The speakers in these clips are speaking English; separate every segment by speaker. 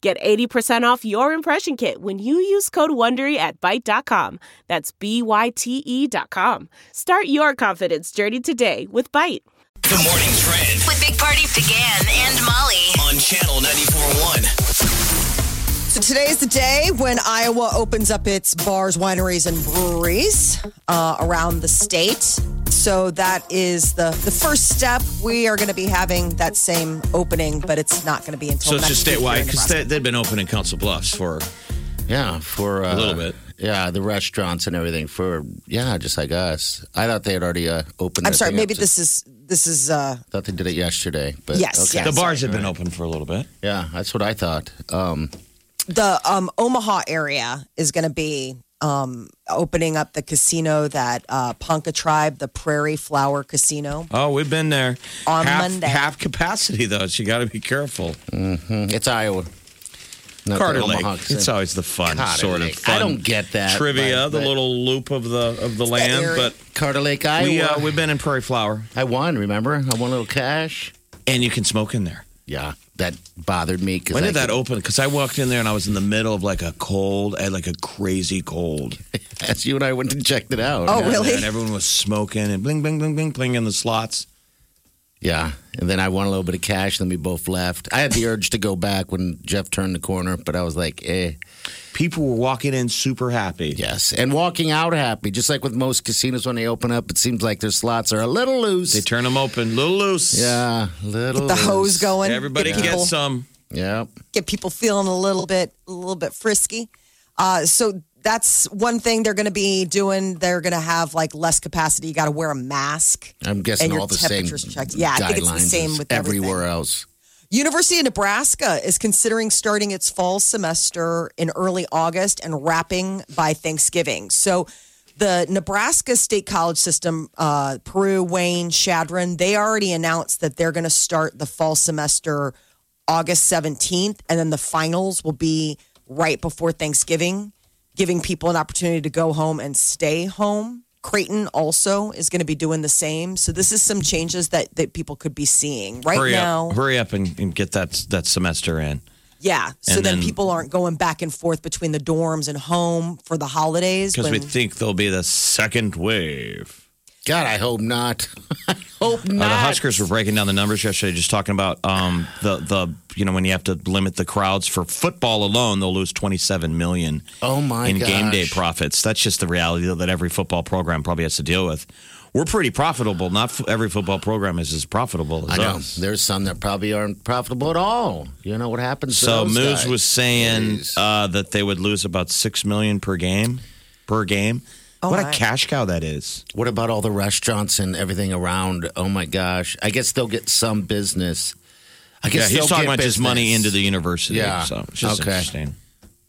Speaker 1: Get 80% off your impression kit when you use code WONDERY at Byte.com. That's B-Y-T-E E dot com. Start your confidence journey today with Byte.
Speaker 2: The morning trend
Speaker 3: with Big Party began and Molly.
Speaker 2: on channel 94.1.
Speaker 4: So today's the day when Iowa opens up its bars, wineries, and breweries uh, around the state. So that is the the first step. We are going to be having that same opening, but it's not going to be until
Speaker 5: So it's
Speaker 4: next
Speaker 5: just
Speaker 4: week here
Speaker 5: statewide
Speaker 4: in
Speaker 5: because
Speaker 4: Nebraska.
Speaker 5: they, they've been open in Council Bluffs for
Speaker 6: Yeah, for uh,
Speaker 5: a little bit.
Speaker 6: Yeah, the restaurants and everything for yeah, just like us. I thought they had already uh, opened.
Speaker 4: I'm
Speaker 6: their
Speaker 4: sorry,
Speaker 6: thing
Speaker 4: maybe
Speaker 6: up.
Speaker 4: this is this is uh,
Speaker 6: thought they did it yesterday, but
Speaker 4: Yes,
Speaker 6: okay.
Speaker 4: yes.
Speaker 5: The bars have been open for a little bit.
Speaker 6: yeah, that's what I thought. Um,
Speaker 4: the um, Omaha area is going to be um, opening up the casino that uh, Ponca Tribe, the Prairie Flower Casino.
Speaker 5: Oh, we've been there.
Speaker 4: On
Speaker 5: half,
Speaker 4: Monday.
Speaker 5: Half capacity, though, so you got to be careful.
Speaker 6: it's Iowa. Not the
Speaker 5: Carter Lake.
Speaker 6: Omaha, 'cause
Speaker 5: It's always the fun
Speaker 6: Carter
Speaker 5: sort
Speaker 6: Lake.
Speaker 5: of fun
Speaker 6: I don't get that,
Speaker 5: trivia,
Speaker 6: but-
Speaker 5: the
Speaker 6: but-
Speaker 5: little loop of the of the land.
Speaker 4: area.
Speaker 5: But
Speaker 6: Carter Lake, Iowa.
Speaker 5: we uh, we've been in Prairie Flower,
Speaker 6: I won. Remember, I won a little cash.
Speaker 5: and you can smoke in there.
Speaker 6: Yeah, that bothered me. 'cause
Speaker 5: When
Speaker 6: I
Speaker 5: did that
Speaker 6: could-
Speaker 5: open? Because I walked in there and I was in the middle of like a cold, I had like a crazy cold.
Speaker 6: As you and I went and checked it out.
Speaker 4: Oh,
Speaker 6: yeah.
Speaker 4: really?
Speaker 5: And everyone was smoking and bling, bling, bling, bling, bling in the slots.
Speaker 6: Yeah, and then I won a little bit of cash. Then we both left. I had the urge to go back when Jeff turned the corner, but I was like, eh.
Speaker 5: People were walking in super happy.
Speaker 6: Yes, and walking out happy, just like with most casinos when they open up, it seems like their slots are a little loose.
Speaker 5: They turn them open, little loose.
Speaker 6: yeah, little
Speaker 4: The hose
Speaker 6: loose.
Speaker 4: going.
Speaker 5: Oh, Everybody
Speaker 4: get people-
Speaker 5: gets some.
Speaker 6: Yep.
Speaker 4: get people feeling a little bit a little bit frisky. Uh, so that's one thing they're going to be doing. They're going to have like less capacity. You got to wear a mask.
Speaker 6: I'm guessing
Speaker 4: And your
Speaker 6: all the same.
Speaker 4: temperature's checked. Yeah, I think it's the
Speaker 6: guidelines
Speaker 4: same
Speaker 6: as
Speaker 4: with everything.
Speaker 6: everywhere else.
Speaker 4: University of Nebraska is considering starting its fall semester in early August and wrapping by Thanksgiving. So the Nebraska State College System, uh, Peru, Wayne, Shadron, they already announced that they're going to start the fall semester August 17th, and then the finals will be right before Thanksgiving, giving people an opportunity to go home and stay home. Creighton also is going to be doing the same. So this is some changes that, that people could be seeing right
Speaker 5: hurry
Speaker 4: now.
Speaker 5: up, hurry up, and, and get that that semester in.
Speaker 4: Yeah. So
Speaker 5: And
Speaker 4: then,
Speaker 5: then-
Speaker 4: people aren't going back and forth between the dorms and home for the holidays.
Speaker 5: Because we
Speaker 4: when-
Speaker 5: think there'll be the second wave.
Speaker 6: God, I hope not. I hope
Speaker 5: Uh,
Speaker 6: not.
Speaker 5: the Huskers were breaking down the numbers yesterday, just talking about um, the the you know when you have to limit the crowds for football alone, they'll lose twenty seven million.
Speaker 6: Oh, my
Speaker 5: In game
Speaker 6: gosh.
Speaker 5: day profits, that's just the reality that every football program probably has to deal with. We're pretty profitable. Not f- every football program is as profitable
Speaker 6: I
Speaker 5: as
Speaker 6: know.
Speaker 5: us.
Speaker 6: There's some that probably aren't profitable at all. You know what happens? to
Speaker 5: So
Speaker 6: those
Speaker 5: Moose
Speaker 6: guys?
Speaker 5: was saying
Speaker 6: Jeez.
Speaker 5: uh, that they would lose about six million per game. Per game. what
Speaker 4: my.
Speaker 5: a cash cow that is.
Speaker 6: What about all the restaurants and everything around? Oh my gosh! I guess they'll get some business. I
Speaker 5: Yeah,
Speaker 6: guess
Speaker 5: he's
Speaker 6: they'll
Speaker 5: talking
Speaker 6: get
Speaker 5: about just money into
Speaker 6: business.
Speaker 5: the university.
Speaker 6: Yeah.
Speaker 5: So it's just
Speaker 6: Okay.
Speaker 5: interesting.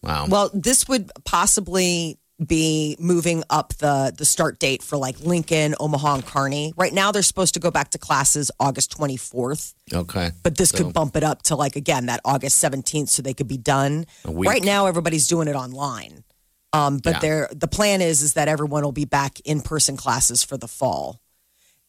Speaker 6: wow.
Speaker 4: well, this would possibly be moving up the, the start date for like Lincoln, Omaha, and Kearney. Right now, they're supposed to go back to classes August 24th,
Speaker 6: okay,
Speaker 4: but this
Speaker 6: So-
Speaker 4: could bump it up to like, again, that August 17th so they could be done.
Speaker 6: A week.
Speaker 4: Right now, everybody's doing it online. Um, but
Speaker 6: Yeah.
Speaker 4: they're, the plan is is that everyone will be back in person classes for the fall.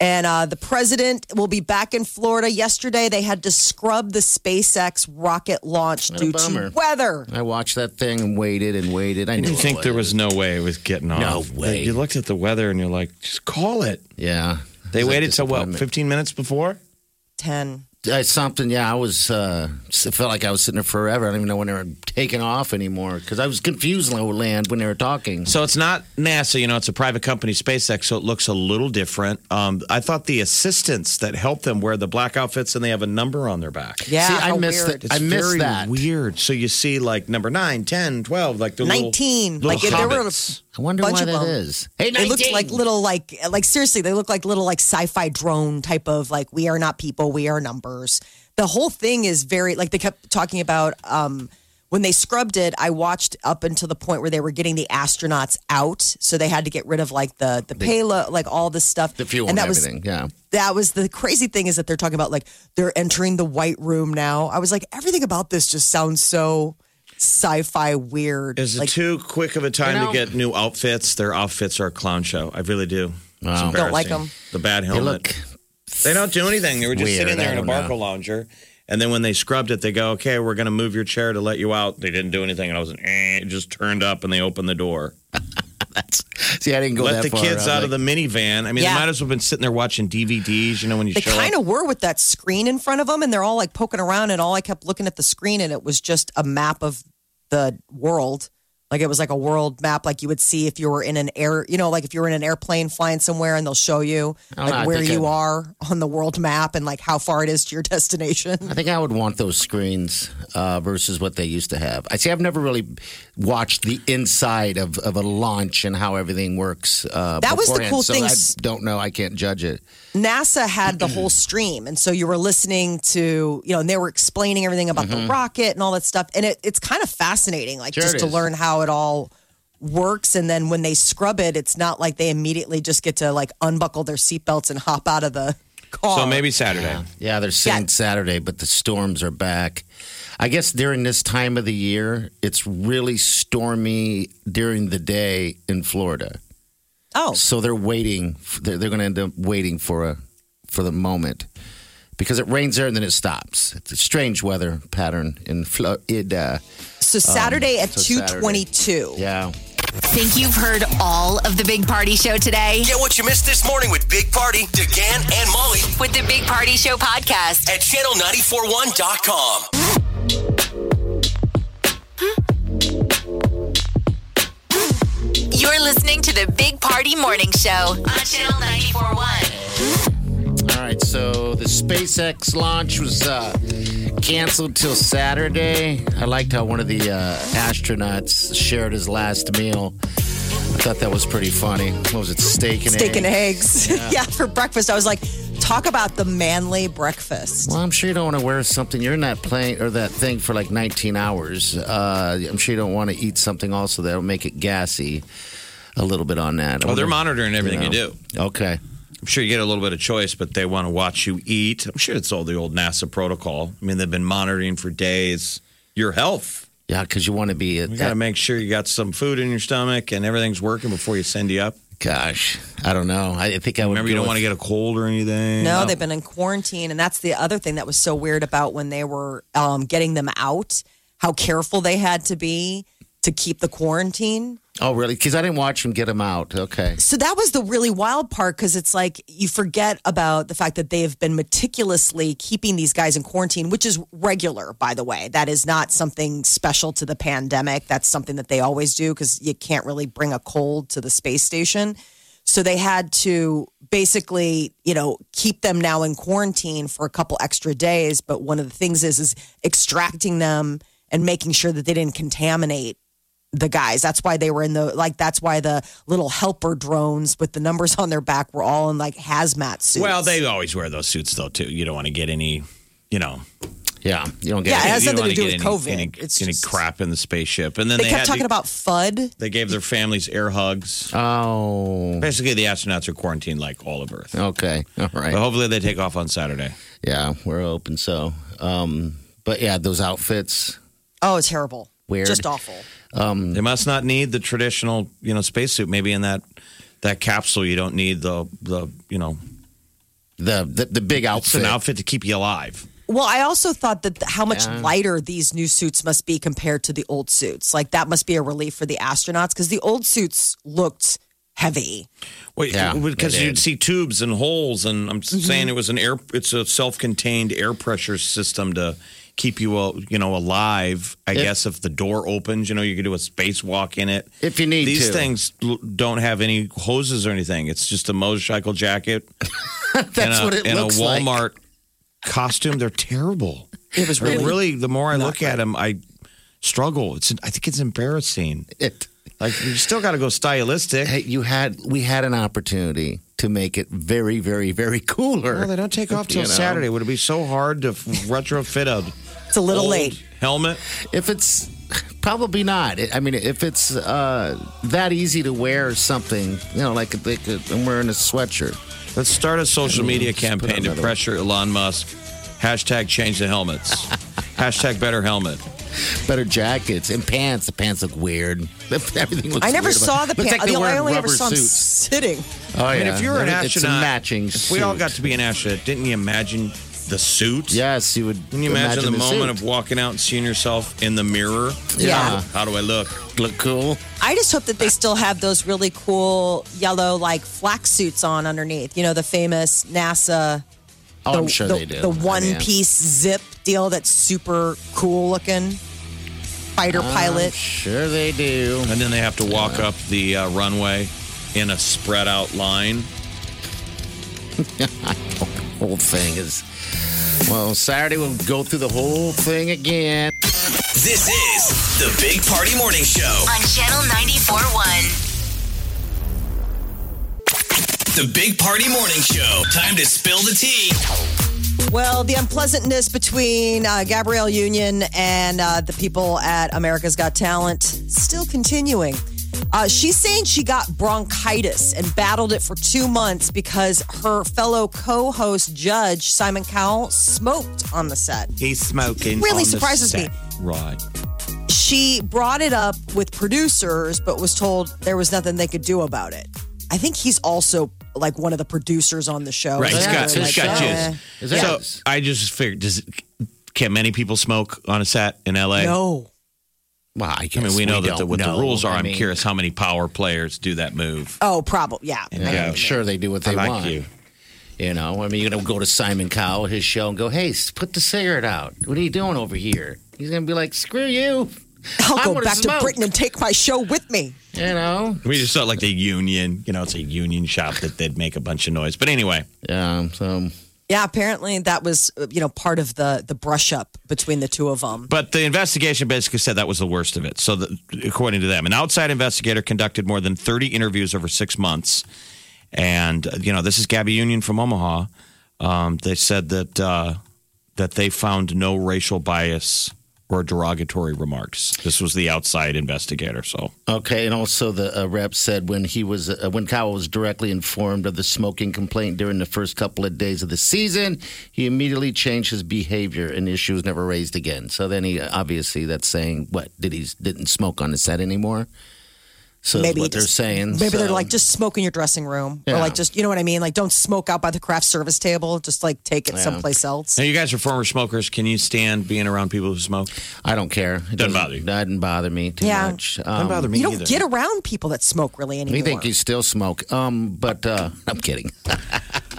Speaker 4: And uh, the president will be back in Florida. Yesterday, they had to scrub the SpaceX rocket launch
Speaker 6: What a
Speaker 4: due
Speaker 6: bummer.
Speaker 4: to weather.
Speaker 6: I watched that thing and waited and waited. I knew
Speaker 5: You
Speaker 6: it
Speaker 5: think there was no way it was getting off.
Speaker 6: No
Speaker 5: Like,
Speaker 6: way.
Speaker 5: You looked at the weather and you're like, just call it.
Speaker 6: Yeah,
Speaker 5: They
Speaker 6: It was a
Speaker 5: waited till what,
Speaker 6: disappointment.
Speaker 5: 15 minutes before?
Speaker 4: 10.
Speaker 6: Uh, something. Yeah, I was. Uh, it felt like I was sitting there forever. I don't even know when they were taking off anymore because I was confused when I would land when they were talking.
Speaker 5: So it's not NASA, you know, it's a private company, SpaceX, so it looks a little different. Um, I thought the assistants that help them wear the black outfits and they have a number on their back.
Speaker 4: Yeah,
Speaker 6: See, I
Speaker 4: how
Speaker 6: missed
Speaker 4: weird.
Speaker 6: it.
Speaker 5: It's
Speaker 6: I missed
Speaker 5: very
Speaker 6: that.
Speaker 5: weird. So you see like number 9, 10, 12, like the little-
Speaker 4: 19.
Speaker 5: Little,
Speaker 4: Like, if they were-
Speaker 5: hobbits.
Speaker 6: I wonder
Speaker 4: Bunch
Speaker 6: why
Speaker 4: of
Speaker 6: that
Speaker 4: them.
Speaker 6: is. Hey,
Speaker 4: They looked
Speaker 6: 19.
Speaker 4: like little, like, like seriously, they look like little, like sci fi drone type of, like, we are not people, we are numbers. The whole thing is very, like, they kept talking about um, When they scrubbed it, I watched up until the point where they were getting the astronauts out, so they had to get rid of like the the payload, like all this stuff,
Speaker 6: The fuel and,
Speaker 4: that
Speaker 6: everything.
Speaker 4: was
Speaker 6: yeah.
Speaker 4: that was the crazy thing is that they're talking about like they're entering the white room now. I was like, everything about this just sounds so sci-fi weird.
Speaker 5: Is it
Speaker 4: like,
Speaker 5: too quick of a time
Speaker 6: You know-
Speaker 5: to get new outfits? Their outfits are a clown show. I really do. It's
Speaker 6: Wow.
Speaker 4: Don't like
Speaker 5: embarrassing.
Speaker 4: 'em.
Speaker 5: The bad
Speaker 6: They
Speaker 5: helmet.
Speaker 6: look.
Speaker 5: They don't do anything. They were just
Speaker 6: Weird,
Speaker 5: sitting there
Speaker 6: I
Speaker 5: in a
Speaker 6: don't know.
Speaker 5: barco lounger. And then when they scrubbed it, they go, okay, we're going to move your chair to let you out. They didn't do anything. And I was, eh, it just turned up and they opened the door.
Speaker 6: See, I didn't go
Speaker 5: let
Speaker 6: that
Speaker 5: the
Speaker 6: far.
Speaker 5: kids
Speaker 6: I was
Speaker 5: out of the
Speaker 6: like,
Speaker 5: minivan. I mean,
Speaker 4: Yeah.
Speaker 5: they might as well have been sitting there watching DVDs, you know, when you
Speaker 4: They
Speaker 5: show
Speaker 4: kind
Speaker 5: up.
Speaker 4: of were with that screen in front of them, and they're all like poking around, and all I kept looking at the screen, and it was just a map of the world. Like it was like a world map, like you would see if you were in an air, you know, like if you were in an airplane flying somewhere, and they'll show you
Speaker 6: I don't know,
Speaker 4: like
Speaker 6: I
Speaker 4: where
Speaker 6: think
Speaker 4: you
Speaker 6: I-
Speaker 4: are on the world map and like how far it is to your destination.
Speaker 6: I think I would want those screens uh, versus what they used to have. I see. I've never really watched the inside of, of a launch and how everything works. Uh,
Speaker 4: That was the
Speaker 6: beforehand,
Speaker 4: cool
Speaker 6: so
Speaker 4: thing.
Speaker 6: I don't know. I can't judge it.
Speaker 4: NASA had the whole stream, and so you were listening to, you know, and they were explaining everything about the rocket and all that stuff, and it, it's kind of fascinating, like
Speaker 6: Sure
Speaker 4: just
Speaker 6: it
Speaker 4: to
Speaker 6: is.
Speaker 4: learn how it all works. And then when they scrub it, it's not like they immediately just get to like unbuckle their seatbelts and hop out of the car.
Speaker 5: so maybe Saturday.
Speaker 6: Yeah, they're saying Saturday, but the storms are back. I guess during this time of the year, it's really stormy during the day in Florida.
Speaker 4: oh,
Speaker 6: So they're waiting. They're, they're going to end up waiting for a for the moment because it rains there and then it stops. It's a strange weather pattern in Florida.
Speaker 4: so Saturday at
Speaker 6: Um, so
Speaker 4: two
Speaker 6: Saturday.
Speaker 4: twenty-two.
Speaker 6: Yeah.
Speaker 3: Think you've heard all of the Big Party Show today?
Speaker 2: Get what you missed this morning with Big Party, DeGan, and Molly
Speaker 3: With the Big Party Show podcast.
Speaker 2: at channel941.com.
Speaker 3: You're listening to the Big Party Morning Show on Channel 941.
Speaker 6: All right. So the SpaceX launch was uh, canceled till Saturday. I liked how one of the uh, astronauts shared his last meal. I thought that was pretty funny. What was it? Steak and
Speaker 4: Steak and
Speaker 6: eggs?
Speaker 4: eggs. Yeah. for breakfast. I was like, talk about the manly breakfast.
Speaker 6: Well, I'm sure you don't want to wear something. You're in that plane or that thing for like 19 hours. Uh, I'm sure you don't want to eat something also that'll make it gassy a little bit on that.
Speaker 5: Well, Oh, they're monitoring everything you, do.
Speaker 6: Okay.
Speaker 5: I'm sure you get a little bit of choice, but they want to watch you eat. I'm sure it's all the old NASA protocol. I mean, they've been monitoring for days your health.
Speaker 6: Yeah, because you want to be at,
Speaker 5: You got to make sure you got some food in your stomach and everything's working before you send you up.
Speaker 6: Gosh, I don't know. I I think I would.
Speaker 5: Remember, you don't want to get a cold or anything.
Speaker 4: No, they've been in quarantine, and that's the other thing that was so weird about when they were um, getting them out. How careful they had to be to keep the quarantine.
Speaker 6: Oh, really? Because I didn't watch him get him out. Okay.
Speaker 4: So that was the really wild part because it's like you forget about the fact that they have been meticulously keeping these guys in quarantine, which is regular, by the way. That is not something special to the pandemic. That's something that they always do because you can't really bring a cold to the space station. So they had to basically, you know, keep them now in quarantine for a couple extra days. But one of the things is is extracting them and making sure that they didn't contaminate the guys. That's why they were in the like. That's why the little helper drones with the numbers on their back were all in like hazmat suits.
Speaker 5: Oh, Well, they always wear those suits though too. You don't want to get any, you know,
Speaker 6: Yeah, you don't
Speaker 4: Yeah,
Speaker 6: get.
Speaker 4: it
Speaker 6: it.
Speaker 4: has
Speaker 5: you don't
Speaker 4: nothing to
Speaker 5: want
Speaker 4: do
Speaker 5: get
Speaker 4: with COVID.
Speaker 5: any, Any,
Speaker 4: It's
Speaker 5: any
Speaker 4: just-
Speaker 5: crap in the spaceship, and then
Speaker 4: They
Speaker 5: they,
Speaker 4: kept
Speaker 5: had
Speaker 4: talking
Speaker 5: the-
Speaker 4: about FUD.
Speaker 5: They gave their families air hugs.
Speaker 6: Oh.
Speaker 5: Basically, the astronauts are quarantined like all of Earth.
Speaker 6: Okay. All
Speaker 5: But
Speaker 6: right.
Speaker 5: hopefully, they take off on Saturday.
Speaker 6: Yeah, we're open. So, um, but yeah, those outfits.
Speaker 4: Oh, it's terrible.
Speaker 6: Weird.
Speaker 4: Just awful.
Speaker 5: They must not need the traditional, you know, spacesuit. Maybe in that that capsule, you don't need the the you know,
Speaker 6: The the, the big
Speaker 5: it's
Speaker 6: outfit.
Speaker 5: an outfit to keep you alive.
Speaker 4: Well, I also thought that th- how much
Speaker 6: Yeah.
Speaker 4: lighter these new suits must be compared to the old suits. Like that must be a relief for the astronauts because the old suits looked heavy.
Speaker 5: Wait,
Speaker 6: Yeah,
Speaker 5: because
Speaker 6: they
Speaker 5: you'd
Speaker 6: did.
Speaker 5: see tubes and holes, and I'm saying it was an air. It's a self-contained air pressure system to keep you, uh, you know, alive. I
Speaker 6: If-
Speaker 5: guess if the door opens, you know, you could do a spacewalk in it.
Speaker 6: If you need
Speaker 5: These
Speaker 6: to.
Speaker 5: things l- don't have any hoses or anything. It's just a motorcycle jacket.
Speaker 6: That's
Speaker 5: and a,
Speaker 6: what it
Speaker 5: and
Speaker 6: looks
Speaker 5: a
Speaker 6: like.
Speaker 5: Walmart costume. They're terrible.
Speaker 4: It was
Speaker 5: They're
Speaker 4: really,
Speaker 5: really, the more I look at 'em, at them, I struggle. It's I think it's embarrassing.
Speaker 6: It.
Speaker 5: Like you still got to go stylistic.
Speaker 6: Hey, you had we had an opportunity to make it very, very, very cooler.
Speaker 5: Well, they don't take off till
Speaker 6: You know?
Speaker 5: Saturday. Would it be so hard to f- retrofit a
Speaker 4: it's a little
Speaker 5: old
Speaker 4: late.
Speaker 5: helmet?
Speaker 6: If it's Probably not. It- I mean, if it's uh, that easy to wear something, you know, like they could, I'm wearing a sweatshirt.
Speaker 5: Let's start a social media
Speaker 6: Let's put on
Speaker 5: campaign to
Speaker 6: another one.
Speaker 5: pressure Elon Musk. Hashtag change the helmets. Hashtag better helmet.
Speaker 6: Better jackets and pants. The pants look weird. Everything looks
Speaker 4: I never
Speaker 6: weird
Speaker 4: saw
Speaker 6: about-
Speaker 4: the
Speaker 6: Looks
Speaker 4: pants.
Speaker 6: like they're
Speaker 4: I
Speaker 6: wearing
Speaker 4: only ever
Speaker 6: rubber
Speaker 4: saw them
Speaker 6: suits.
Speaker 4: sitting.
Speaker 6: Oh,
Speaker 5: I
Speaker 6: yeah.
Speaker 5: mean, if you were an
Speaker 6: It's a
Speaker 5: astronaut,
Speaker 6: matching
Speaker 5: if we all
Speaker 6: suit.
Speaker 5: got to be an astronaut, didn't you imagine the suit?
Speaker 6: Yes, you would.
Speaker 5: Can you imagine, the, moment
Speaker 6: suit.
Speaker 5: of walking out and seeing yourself in the mirror?
Speaker 4: Yeah.
Speaker 5: How do I look?
Speaker 6: look cool?
Speaker 4: I just hope that they still have those really cool yellow like flax suits on underneath. You know, the famous NASA
Speaker 6: Oh,
Speaker 4: the,
Speaker 6: I'm sure
Speaker 4: the-
Speaker 6: they do.
Speaker 4: the
Speaker 6: I
Speaker 4: one
Speaker 6: mean,
Speaker 4: piece zip deal that's super cool looking. Fighter
Speaker 6: I'm
Speaker 4: pilot.
Speaker 6: sure they do.
Speaker 5: And then they have to walk up the uh, runway in a spread out line.
Speaker 6: Whole thing is. Well, Saturday we'll go through the whole thing again.
Speaker 2: This is the Big Party Morning Show.
Speaker 3: On Channel 94.1.
Speaker 2: The Big Party Morning Show. Time to spill the tea.
Speaker 4: Well, the unpleasantness between uh, Gabrielle Union and uh, the people at America's Got Talent still continuing. Uh, she's saying she got bronchitis and battled it for two months because her fellow co host judge, Simon Cowell, smoked on the set.
Speaker 5: He's smoking.
Speaker 4: Really on the surprises set. me.
Speaker 5: Right.
Speaker 4: She brought it up with producers, but was told there was nothing they could do about it. I think he's also like one of the producers on the show.
Speaker 5: Oh, Right. He's
Speaker 4: So
Speaker 5: got,
Speaker 4: they're
Speaker 5: he's
Speaker 4: like,
Speaker 5: got
Speaker 4: eh.
Speaker 5: jizz.
Speaker 6: Is that-
Speaker 5: So I just figured, does, can many people smoke on a set in LA?
Speaker 4: No.
Speaker 6: Well, I,
Speaker 5: I
Speaker 6: guess
Speaker 5: mean, we know that
Speaker 6: don't
Speaker 5: the, what
Speaker 6: know.
Speaker 5: the rules are.
Speaker 6: I
Speaker 5: I'm
Speaker 6: mean,
Speaker 5: curious how many power players do that move.
Speaker 4: Oh, probably. Yeah.
Speaker 6: Yeah, I'm sure they do what they
Speaker 5: like
Speaker 6: want.
Speaker 5: you.
Speaker 6: You know, I mean, you're going to go to Simon Cowell, his show, and go, hey, s- put the cigarette out. What are you doing over here? He's going to be like, screw you.
Speaker 4: I'll
Speaker 6: I
Speaker 4: go
Speaker 6: wanna
Speaker 4: back
Speaker 6: smoke.
Speaker 4: to Britain and take my show with me.
Speaker 6: You know?
Speaker 5: We just thought like the union, you know, it's a union shop that they'd make a bunch of noise. But anyway,
Speaker 6: Yeah, so.
Speaker 4: Yeah, apparently that was uh, you know part of the the brush up between the two of them.
Speaker 5: But the investigation basically said that was the worst of it. So, the, according to them, an outside investigator conducted more than 30 interviews over six months. And, uh, you know, this is Gabby Union from Omaha. Um, they said that, uh, that they found no racial bias or derogatory remarks. This was the outside investigator. So,
Speaker 6: Okay, and also the uh, rep said when he was uh, when Cowell was directly informed of the smoking complaint during the first couple of days of the season, he immediately changed his behavior, and the issue was never raised again. So then he obviously that's saying what did he didn't smoke on the set anymore. So that's
Speaker 4: Maybe
Speaker 6: what
Speaker 4: he just-
Speaker 6: they're saying.
Speaker 4: Maybe they're
Speaker 6: So-
Speaker 4: like just smoke in your dressing room or
Speaker 6: Yeah.
Speaker 4: like just you know what I mean like don't smoke out by the craft service table just like take it someplace else.
Speaker 5: now you guys are former smokers. Can you stand being around people who smoke?
Speaker 6: I don't care. It
Speaker 5: Doesn't bother you.
Speaker 6: Doesn't bother me too
Speaker 4: Yeah.
Speaker 6: much.
Speaker 5: Doesn't
Speaker 6: Um,
Speaker 5: bother me
Speaker 4: You don't
Speaker 5: either.
Speaker 4: get around people that smoke really anymore.
Speaker 6: We think you still smoke. Um, but uh, I'm kidding.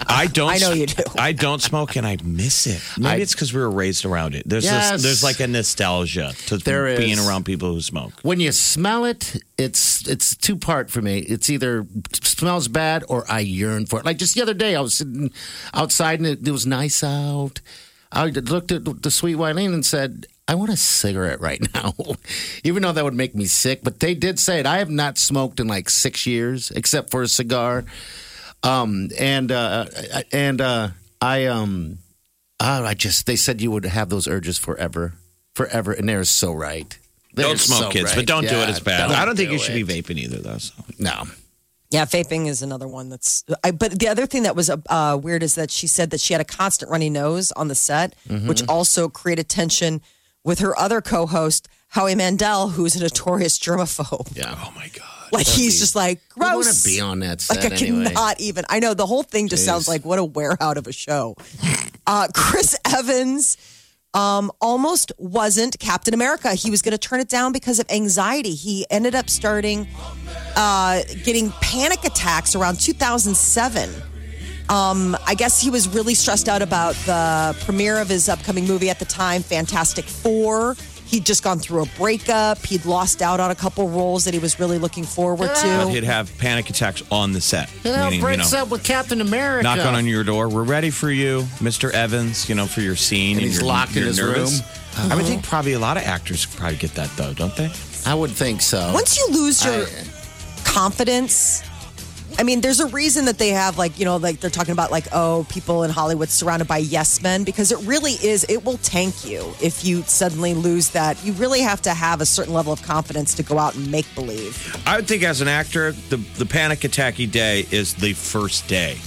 Speaker 5: I don't.
Speaker 4: I know you do.
Speaker 5: I don't smoke, and I miss it. Maybe
Speaker 6: I-
Speaker 5: it's because we were raised around it. There's this,
Speaker 6: Yes.
Speaker 5: there's like a nostalgia to
Speaker 6: There is.
Speaker 5: being around people who smoke.
Speaker 6: When you smell it, it's it's two part for me. It's either smells bad or I yearn for it. Like just the other day, I was sitting outside and it, it was nice out. I looked at the sweet Wileen and said, "I want a cigarette right now," even though that would make me sick. But they did say it. I have not smoked in like six years, except for a cigar. Um, and uh, and uh, I um, oh, I just they said you would have those urges forever, forever, and they're so right. They're
Speaker 5: Don't smoke,
Speaker 6: so
Speaker 5: kids, but
Speaker 6: right.
Speaker 5: don't do it.
Speaker 6: Yeah,
Speaker 5: It's bad. I don't think
Speaker 6: do
Speaker 5: you should
Speaker 6: it.
Speaker 5: be vaping either, though. So.
Speaker 6: No.
Speaker 4: Yeah, vaping is another one that's. I, but the other thing that was uh, weird is that she said that she had a constant runny nose on the set,
Speaker 6: Mm-hmm.
Speaker 4: which also created tension with her other co-host Howie Mandel, who is a notorious germaphobe.
Speaker 6: Yeah.
Speaker 5: Oh my god!
Speaker 4: Like he's just like
Speaker 6: I
Speaker 4: gross.
Speaker 6: want to be on that set
Speaker 4: Like I
Speaker 6: anyway.
Speaker 4: cannot even. I know the whole thing just sounds like what a wear out of a show. Uh, Chris Evans um, almost wasn't Captain America. He was going to turn it down because of anxiety. He ended up starting uh, getting panic attacks around 2007. Um, I guess he was really stressed out about the premiere of his upcoming movie at the time, Fantastic Four. He'd just gone through a breakup. He'd lost out on a couple roles that he was really looking forward to.
Speaker 5: He'd have panic attacks on the set.
Speaker 6: Well,
Speaker 5: meaning, you
Speaker 6: breaks
Speaker 5: know,
Speaker 6: up with Captain America.
Speaker 5: knocking on your door. We're ready for you, Mr. Evans. You know, for your scene. And,
Speaker 6: he's
Speaker 5: you're-
Speaker 6: locked in
Speaker 5: you're
Speaker 6: his
Speaker 5: nervous.
Speaker 6: room. Uh-huh.
Speaker 5: I would think probably a lot of actors could probably get that though, don't they?
Speaker 6: I would think so.
Speaker 4: Once you lose your confidence, I mean, there's a reason that they have like, you know, like they're talking about like, oh, people in Hollywood surrounded by yes men because it really is it will tank you if you suddenly lose that. You really have to have a certain level of confidence to go out and make believe.
Speaker 5: I would think as an actor, the, the panic attacky day is the first day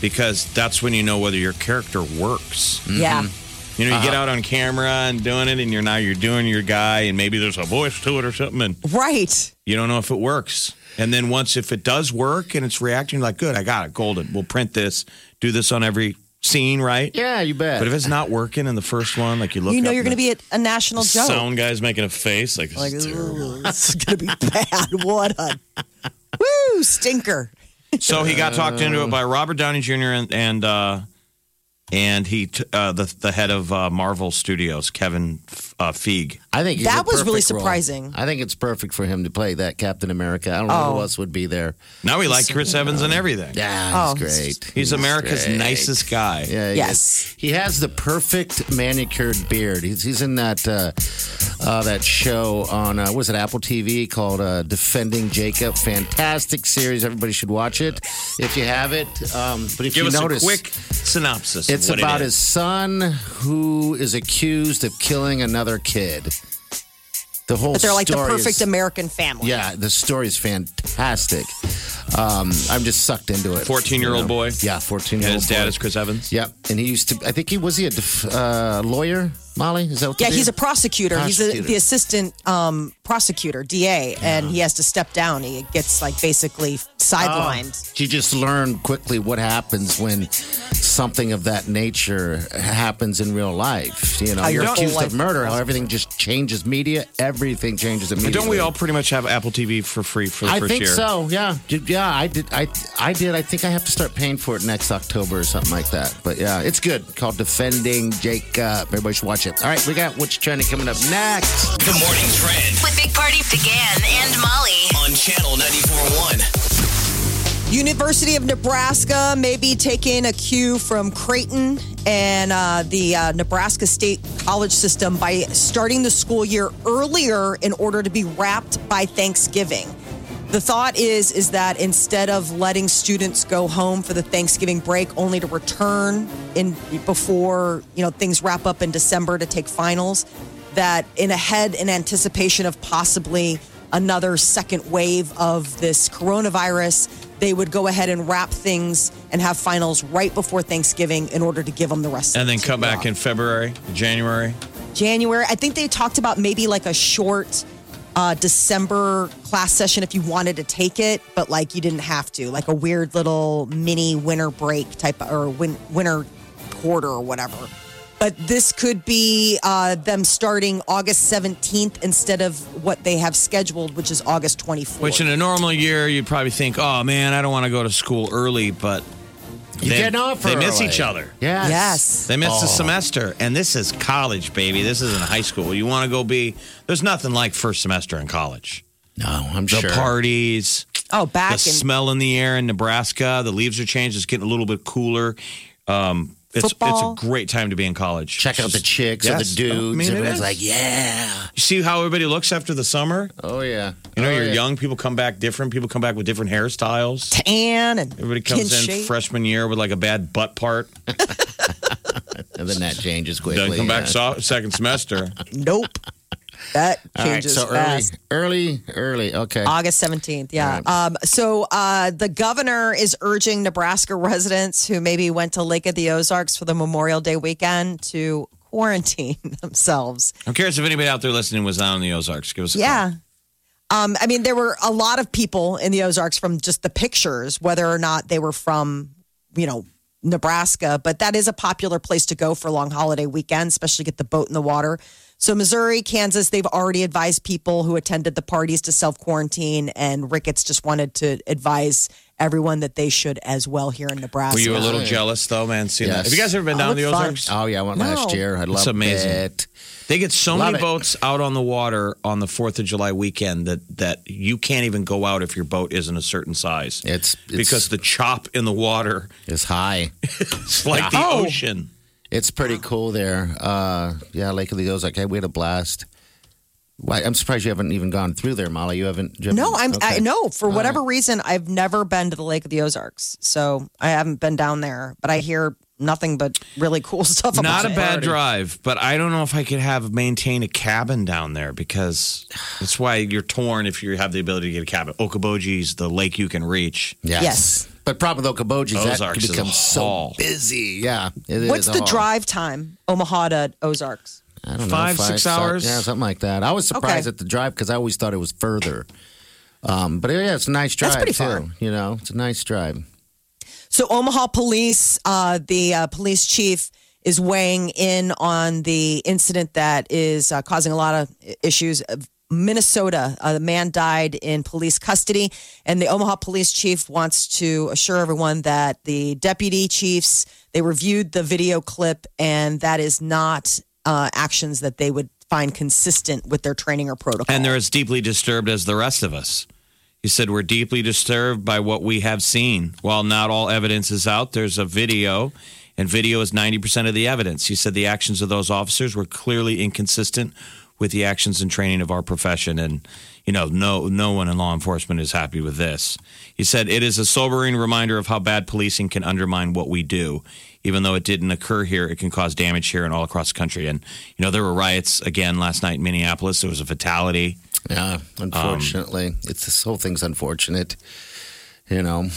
Speaker 5: because that's when you know whether your character works.
Speaker 4: Yeah.
Speaker 5: You know, you get out on camera and doing it, and you're now you're doing your guy, and maybe there's a voice to it or something, and
Speaker 4: Right.
Speaker 5: you don't know if it works. And then once if it does work and it's reacting, you're like good, I got it, golden. We'll print this, do this on every scene, right?
Speaker 6: Yeah, you bet.
Speaker 5: But if it's not working in the first one, like you look,
Speaker 4: You know
Speaker 5: up
Speaker 4: you're
Speaker 5: and
Speaker 4: going to be at a national
Speaker 5: the
Speaker 4: joke.
Speaker 5: sound guy's making a face, like, this
Speaker 4: like,
Speaker 5: is terrible.
Speaker 4: ooh, this is going to be bad. What a woo stinker.
Speaker 5: So he got talked
Speaker 6: Uh.
Speaker 5: into it by Robert Downey Jr. and and uh, and he t- uh, the the head of uh, Marvel Studios, Kevin uh, Feige.
Speaker 6: I think he's
Speaker 4: That
Speaker 6: a
Speaker 4: was really
Speaker 6: perfect role.
Speaker 4: surprising.
Speaker 6: I think it's perfect for him to play that Captain America. I don't know who
Speaker 4: Oh.
Speaker 6: else would be there.
Speaker 5: Now we like Chris Evans and everything.
Speaker 6: Yeah,
Speaker 4: Oh,
Speaker 6: he's great.
Speaker 5: He's America's
Speaker 6: great.
Speaker 5: nicest guy.
Speaker 6: Yeah, he
Speaker 4: Yes.
Speaker 6: is. he has the perfect manicured beard. He's, he's in that uh, uh, that show on uh, what was it Apple TV called uh, Defending Jacob. Fantastic series. Everybody should watch it if you have it. Um, but if
Speaker 5: Give
Speaker 6: you
Speaker 5: us
Speaker 6: notice,
Speaker 5: a quick synopsis. of
Speaker 6: it's
Speaker 5: what it
Speaker 6: about his
Speaker 5: is.
Speaker 6: son who is accused of killing another kid. The whole
Speaker 4: But they're like the
Speaker 6: story
Speaker 4: perfect
Speaker 6: is-
Speaker 4: American family.
Speaker 6: Yeah, the story is fantastic. Um, I'm just sucked into it.
Speaker 5: 14-year-old boy?
Speaker 6: Yeah, 14 year
Speaker 5: and
Speaker 6: old.
Speaker 5: his dad is Chris Evans.
Speaker 6: Yep, and he used to. I think he was he a def, uh, lawyer. Molly, is that what? the
Speaker 4: Yeah,
Speaker 6: deal?
Speaker 4: he's a prosecutor. He's a,
Speaker 6: Prosecutor.
Speaker 4: the assistant um, prosecutor, DA, and he has to step down. He gets like basically sidelined.
Speaker 6: You just learn quickly what happens when something of that nature happens in real life. You know,
Speaker 4: How
Speaker 6: you're
Speaker 4: Uh, your whole
Speaker 6: accused of
Speaker 4: life-
Speaker 6: murder. How everything just changes. Media, everything changes
Speaker 5: But
Speaker 6: immediately.
Speaker 5: don't we all pretty much have Apple TV for free for the
Speaker 6: I
Speaker 5: first
Speaker 6: think
Speaker 5: year?
Speaker 6: so. Yeah, Did- yeah. I did. I I did. I think I have to start paying for it next October or something like that. But yeah, it's good. Called defending Jacob. Everybody should watch it. All right, we got what's trending coming up next.
Speaker 2: The morning trend
Speaker 3: With Big Party began and Molly.
Speaker 2: on channel 941.
Speaker 4: University of Nebraska may be taking a cue from Creighton and uh, the uh, Nebraska State College system by starting the school year earlier in order to be wrapped by Thanksgiving. The thought is is that instead of letting students go home for the Thanksgiving break only to return in before you know things wrap up in December to take finals, that in ahead in anticipation of possibly another second wave of this coronavirus, they would go ahead and wrap things and have finals right before Thanksgiving in order to give them the rest.
Speaker 5: And then
Speaker 4: of the
Speaker 5: come back
Speaker 4: off.
Speaker 5: in February, January.
Speaker 4: January. I think they talked about maybe like a short uh, December class session if you wanted to take it, but like you didn't have to, like a weird little mini winter break type or win- winter quarter or whatever. But this could be uh, them starting August 17th instead of what they have scheduled, which is August 24th.
Speaker 5: Which in a normal year, you'd probably think, oh man, I don't want to go to school early, but
Speaker 6: You
Speaker 5: they,
Speaker 6: get off.
Speaker 5: they miss
Speaker 6: early.
Speaker 5: each other.
Speaker 6: Yes.
Speaker 4: yes.
Speaker 5: They
Speaker 6: Oh.
Speaker 5: missed a semester, and this is college, baby. This isn't high school. You want to go be? There's nothing like first semester in college.
Speaker 6: No, Oh, I'm
Speaker 5: The
Speaker 6: sure.
Speaker 5: parties,
Speaker 4: Oh,
Speaker 5: the
Speaker 4: back in
Speaker 5: smell in the air in Nebraska. The leaves are changed. It's getting a little bit cooler. Um, it's
Speaker 4: Football.
Speaker 5: it's a great time to be in college.
Speaker 6: Check out the
Speaker 5: Just-
Speaker 6: chicks or
Speaker 5: Yes. Oh,
Speaker 6: the dudes.
Speaker 5: I mean, it
Speaker 6: Everyone's
Speaker 5: is.
Speaker 6: like, yeah.
Speaker 5: You see how everybody looks after the summer.
Speaker 6: Oh yeah.
Speaker 5: You know,
Speaker 6: Oh,
Speaker 5: you're
Speaker 6: yeah.
Speaker 5: young. People come back different. People come back with different hairstyles.
Speaker 4: tan and
Speaker 5: Everybody comes
Speaker 4: chin
Speaker 5: in
Speaker 4: shape.
Speaker 5: freshman year with like a bad butt part.
Speaker 6: And then that changes quickly.
Speaker 5: Then come back
Speaker 6: yeah.
Speaker 5: so- second semester.
Speaker 4: Nope. That
Speaker 6: All right,
Speaker 4: changes
Speaker 6: so
Speaker 4: fast. Uh,
Speaker 6: early, early, early. Okay.
Speaker 4: August 17th, yeah. Um, so uh, the governor is urging Nebraska residents who maybe went to Lake of the Ozarks for the Memorial Day weekend to quarantine themselves.
Speaker 5: I'm curious if anybody out there listening was down in the Ozarks. Give us a call.
Speaker 4: Yeah. Um, I mean, there were a lot of people in the Ozarks from just the pictures, whether or not they were from, you know, Nebraska, but that is a popular place to go for long holiday weekends, especially get the boat in the water. So, Missouri, Kansas, they've already advised people who attended the parties to self quarantine, and Ricketts just wanted to advise everyone that they should as well here in Nebraska.
Speaker 5: Were you a little jealous though, man? Seeing that?
Speaker 6: Yes.
Speaker 5: Have you guys ever been down
Speaker 4: Oh,
Speaker 5: to the
Speaker 4: it's fun.
Speaker 5: Ozarks?
Speaker 6: Oh yeah, I went last
Speaker 4: No.
Speaker 6: year. I love
Speaker 5: amazing.
Speaker 6: it.
Speaker 5: They get so
Speaker 6: Love
Speaker 5: many
Speaker 6: it.
Speaker 5: boats out on the water on the Fourth of July weekend that that you can't even go out if your boat isn't a certain size.
Speaker 6: It's, it's
Speaker 5: because the chop in the water
Speaker 6: it's high.
Speaker 5: is like the
Speaker 6: Oh.
Speaker 5: ocean.
Speaker 6: It's pretty cool there. Uh, yeah, Lake of the Ozark. Hey, we had a blast. Why, I'm surprised you haven't even gone through there, Molly. You haven't. you
Speaker 4: No, I'm
Speaker 6: haven't-
Speaker 4: I,
Speaker 6: okay.
Speaker 4: no. For whatever reason, I've never been to the Lake of the Ozarks, so I haven't been down there. But I hear nothing but really cool stuff.
Speaker 5: Not
Speaker 4: about
Speaker 5: a
Speaker 4: it.
Speaker 5: bad drive, but I don't know if I could have maintain a cabin down there because that's why you're torn if you have the ability to get a cabin. Okoboji's the lake you can reach.
Speaker 6: Yes.
Speaker 4: Yes.
Speaker 6: But problem with Okoboji is that
Speaker 5: Ozarks
Speaker 6: can
Speaker 5: is a
Speaker 6: become so
Speaker 5: haul.
Speaker 6: busy. Yeah. it
Speaker 4: What's
Speaker 6: is a
Speaker 4: the
Speaker 6: haul.
Speaker 4: drive time, Omaha to Ozarks?
Speaker 6: I don't
Speaker 5: Five,
Speaker 6: know,
Speaker 5: six
Speaker 6: so-
Speaker 5: hours?
Speaker 6: yeah, something like that. I was surprised
Speaker 4: Okay.
Speaker 6: at the drive because I always thought it was further. Um, but yeah, it's a nice drive
Speaker 4: That's pretty
Speaker 6: too.
Speaker 4: far.
Speaker 6: You know, it's a nice drive.
Speaker 4: So Omaha police, uh, the uh, police chief is weighing in on the incident that is uh, causing a lot of i- issues. Minnesota, uh, the man died in police custody, and the Omaha police chief wants to assure everyone that the deputy chiefs they reviewed the video clip, and that is not uh, actions that they would find consistent with their training or protocol.
Speaker 5: And they're as deeply disturbed as the rest of us. He said, We're deeply disturbed by what we have seen. While not all evidence is out, there's a video, and video is 90% of the evidence. He said the actions of those officers were clearly inconsistent with the actions and training of our profession. And, you know, no, no one in law enforcement is happy with this. He said, It is a sobering reminder of how bad policing can undermine what we do. Even though it didn't occur here, it can cause damage here and all across the country. And, you know, there were riots again last night in Minneapolis. There was a fatality.
Speaker 6: Yeah,
Speaker 4: Um,
Speaker 6: unfortunately, it's this whole thing's unfortunate. You know,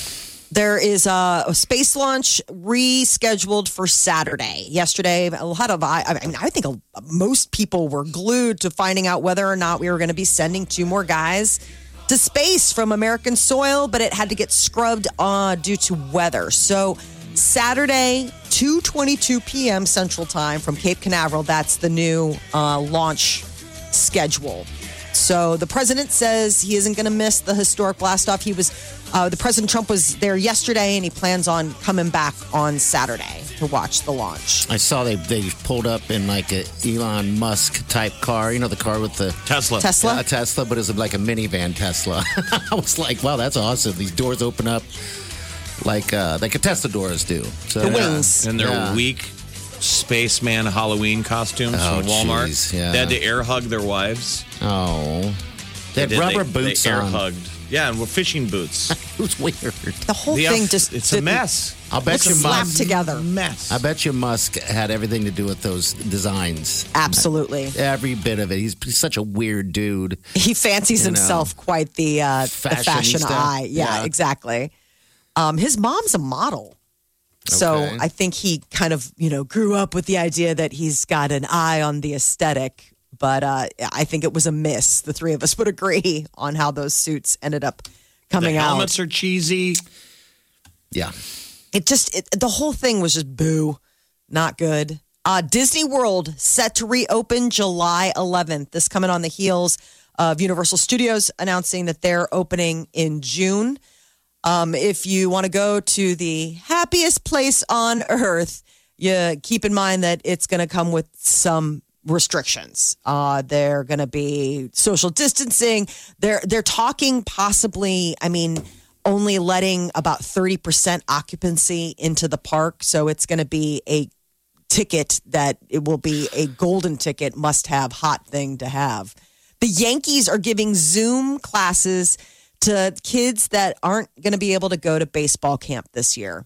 Speaker 4: There is a, a space launch rescheduled for Saturday. Yesterday, a lot of I, I mean, I think a, most people were glued to finding out whether or not we were going to be sending two more guys to space from American soil, but it had to get scrubbed uh, due to weather. So Saturday, 2:22 p.m. Central Time from Cape Canaveral. That's the new uh, launch schedule. So the president says he isn't going to miss the historic blast off. He was, uh, the President Trump was there yesterday, and he plans on coming back on Saturday to watch the launch.
Speaker 6: I saw they they pulled up in like a Elon Musk type car. You know, the car with the
Speaker 5: Tesla.
Speaker 4: Tesla?
Speaker 6: Yeah, a Tesla, but it's like a minivan Tesla. I was like, wow, that's awesome. These doors open up like uh, like a Tesla doors do. So,
Speaker 4: The wings.
Speaker 5: and their
Speaker 6: Yeah.
Speaker 5: weak spaceman Halloween costumes
Speaker 6: Oh,
Speaker 5: from Walmart.
Speaker 6: geez, yeah.
Speaker 5: They had to air hug their wives.
Speaker 6: Oh, they had
Speaker 5: They-
Speaker 6: rubber
Speaker 5: they-
Speaker 6: boots
Speaker 5: they air
Speaker 6: on.
Speaker 5: hugged. Yeah, and we're fishing boots.
Speaker 6: It was weird.
Speaker 4: The whole
Speaker 5: The
Speaker 4: thing
Speaker 5: outf-
Speaker 4: just
Speaker 5: it's a
Speaker 4: didn't-
Speaker 5: mess.
Speaker 6: I'll bet
Speaker 4: Let's
Speaker 6: you
Speaker 4: slap
Speaker 6: Musk.
Speaker 4: together.
Speaker 5: Mess.
Speaker 6: I bet you Musk had everything to do with those designs.
Speaker 4: Absolutely,
Speaker 6: Every bit of it. He's, he's such a weird dude.
Speaker 4: he fancies
Speaker 6: You know.
Speaker 4: himself quite the uh, the fashion
Speaker 6: Fashionista.
Speaker 4: eye. Yeah,
Speaker 6: Yeah.
Speaker 4: exactly. Um, his mom's a model, so
Speaker 6: Okay.
Speaker 4: I think he kind of you know grew up with the idea that he's got an eye on the aesthetic. But uh, I think it was a miss. The three of us would agree on how those suits ended up
Speaker 5: the
Speaker 4: coming out.
Speaker 5: helmets are cheesy.
Speaker 6: Yeah.
Speaker 4: It just it, the whole thing was just boo, not good. Uh, Disney World set to reopen July 11th. This coming on the heels of Universal Studios announcing that they're opening in June. Um, if you want to go to the happiest place on earth, you keep in mind that it's going to come with some restrictions. Uh, they're going to be social distancing. They're they're talking possibly. I mean, only letting about thirty percent occupancy into the park, so it's going to be a ticket that it will be a golden ticket, must have, hot thing to have. The Yankees are giving Zoom classes to kids that aren't going to be able to go to baseball camp this year.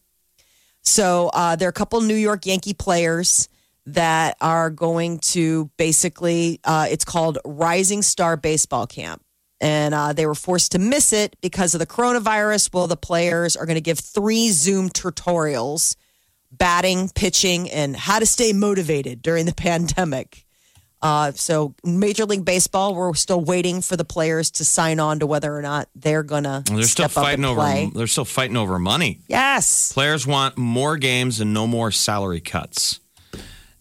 Speaker 4: So uh, there are a couple New York Yankee players that are going to basically, uh, it's called Rising Star Baseball Camp. And uh, they were forced to miss it because of the coronavirus. Well, the players are going to give three Zoom tutorials batting, pitching, and how to stay motivated during the pandemic. Uh, so, Major League Baseball, we're still waiting for the players to sign on to whether or not they're gonna.
Speaker 5: They're still
Speaker 4: step up
Speaker 5: fighting
Speaker 4: and
Speaker 5: over.
Speaker 4: play.
Speaker 5: They're still fighting over money.
Speaker 4: Yes,
Speaker 5: Players want more games and no more salary cuts.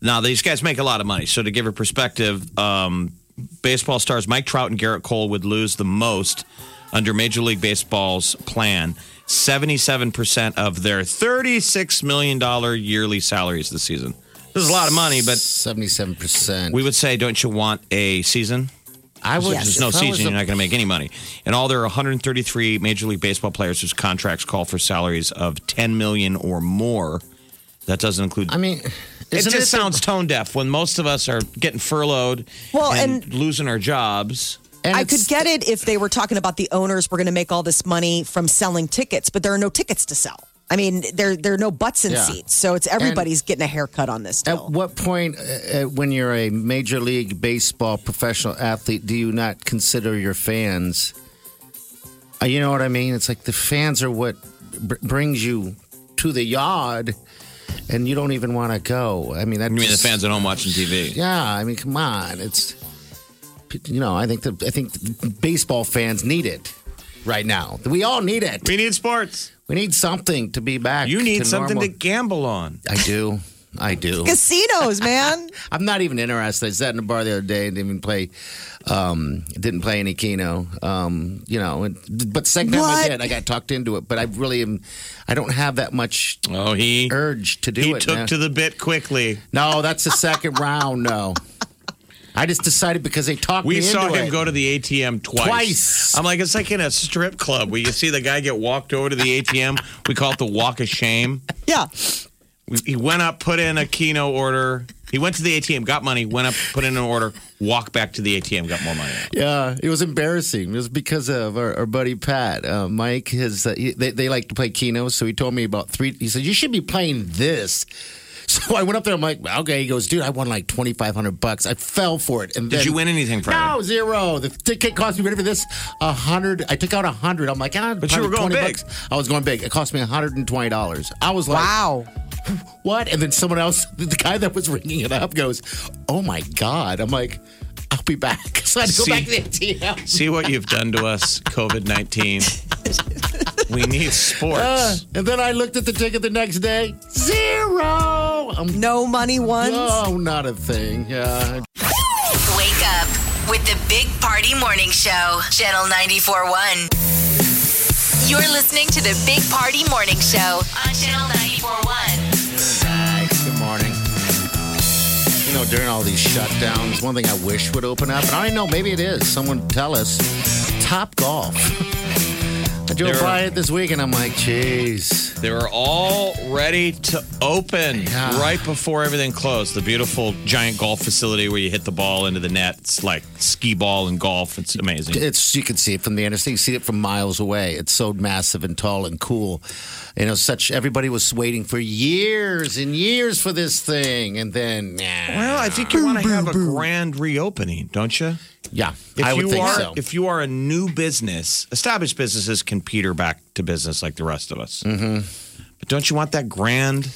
Speaker 5: Now these guys make a lot of money. So to give a perspective, um, baseball stars Mike Trout and Garrett Cole would lose the most under Major League Baseball's plan. Seventy-seven percent of their thirty-six million dollar yearly salaries this season. This is a lot of money, but
Speaker 6: 77%.
Speaker 5: we would say, don't you want a season?
Speaker 6: I would
Speaker 5: There's
Speaker 6: just
Speaker 5: no season. You're not going to make any money. And all there are 133 Major League Baseball players whose contracts call for salaries of 10 million or more. That doesn't include
Speaker 6: I mean,
Speaker 5: it
Speaker 6: Isn't
Speaker 5: just
Speaker 6: it the-
Speaker 5: sounds tone deaf when most of us are getting furloughed
Speaker 4: Well,
Speaker 5: and,
Speaker 4: and-
Speaker 5: losing our jobs.
Speaker 6: And
Speaker 4: I
Speaker 6: it's-
Speaker 4: could get it if they were talking about the owners were going to make all this money from selling tickets, but there are no tickets to sell. I mean, there there are no butts in
Speaker 6: Yeah.
Speaker 4: seats, so it's everybody's getting a haircut on this
Speaker 6: At
Speaker 4: deal.
Speaker 6: what point, uh, uh, when you're a major league baseball professional athlete, do you not consider your fans? Uh, You know what I mean? It's like the fans are what br- brings you to the yard, and you don't even want to go. I mean, that.
Speaker 5: I mean, the fans at home watching TV.
Speaker 6: Yeah, I mean, come on. It's you know, I think the I think the baseball fans need it right now. We all need it.
Speaker 5: We need sports.
Speaker 6: We need something to be back.
Speaker 5: You need
Speaker 6: to
Speaker 5: something
Speaker 6: normal.
Speaker 5: to gamble on.
Speaker 6: I do. I do.
Speaker 4: Casinos, man.
Speaker 6: I'm not even interested. I sat in a bar the other day and didn't even play. Um, didn't play any Keno. Um, you know, and, but second time I
Speaker 4: What?
Speaker 6: did, I got talked into it. But I really am. I don't have that much
Speaker 5: Oh, he
Speaker 6: urge to do
Speaker 5: he
Speaker 6: it.
Speaker 5: took
Speaker 6: man.
Speaker 5: to the bit quickly.
Speaker 6: no, that's the second round. No, I just decided because they talked
Speaker 5: We
Speaker 6: me
Speaker 5: saw
Speaker 6: into
Speaker 5: him
Speaker 6: it.
Speaker 5: go to the ATM twice.
Speaker 6: Twice.
Speaker 5: I'm like, it's like in a strip club where you see the guy get walked over to the ATM. We call it the walk of shame.
Speaker 4: yeah.
Speaker 5: We- He went up, put in a Keno order. He went to the ATM, got money, went up, put in an order, walked back to the ATM, got more money.
Speaker 6: Yeah, it was embarrassing. It was because of our, our buddy Pat, uh, Mike. His uh, he, they, they like to play Keno, so he told me about three. He said you should be playing this. So I went up there. I'm like, okay. He goes, dude, I won like twenty five hundred bucks. I fell for it. And
Speaker 5: Did
Speaker 6: then,
Speaker 5: you win anything from
Speaker 6: No,
Speaker 5: it?
Speaker 6: zero. The ticket cost me ready for this a hundred. I took out a hundred. I'm like, ah,
Speaker 5: But you were going
Speaker 6: 20
Speaker 5: big.
Speaker 6: Bucks. I was going big. It cost me hundred and twenty dollars. I was like,
Speaker 4: Wow.
Speaker 6: what? And then someone else, the guy that was ringing it up, goes, "Oh my god!" I'm like, "I'll be back." So I had to go
Speaker 5: See-
Speaker 6: back to the ATM.
Speaker 5: See what you've done to us, COVID 19. We need sports.
Speaker 6: Uh, And then I looked at the ticket the next day, zero. I'm
Speaker 4: No money ones.
Speaker 6: no, not a thing. Yeah,
Speaker 3: Wake up with the Big Party Morning Show, Channel 941. You're listening to the Big Party Morning Show on Channel 941.
Speaker 6: Thanks. Good morning. You know, during all these shutdowns, one thing I wish would open up, and I don't even know, maybe it is. Someone tell us. Top Golf. I drove
Speaker 5: There
Speaker 6: by
Speaker 5: are-
Speaker 6: it this week, and I'm like, jeez.
Speaker 5: They were all ready to open
Speaker 6: Yeah.
Speaker 5: right before everything closed. The beautiful giant golf facility where you hit the ball into the net. It's like skee ball and golf. It's amazing.
Speaker 6: It's you can see it from the interstate. You see it from miles away. It's so massive and tall and cool. You know, such everybody was waiting for years and years for this thing, and then nah.
Speaker 5: Well, I think you want to have a grand reopening, don't you?
Speaker 6: yeah,
Speaker 5: If
Speaker 6: I would
Speaker 5: you
Speaker 6: think
Speaker 5: are,
Speaker 6: so.
Speaker 5: If you are a new business, established businesses can peter back to business like the rest of us. Mm-hmm. But don't you want that grand,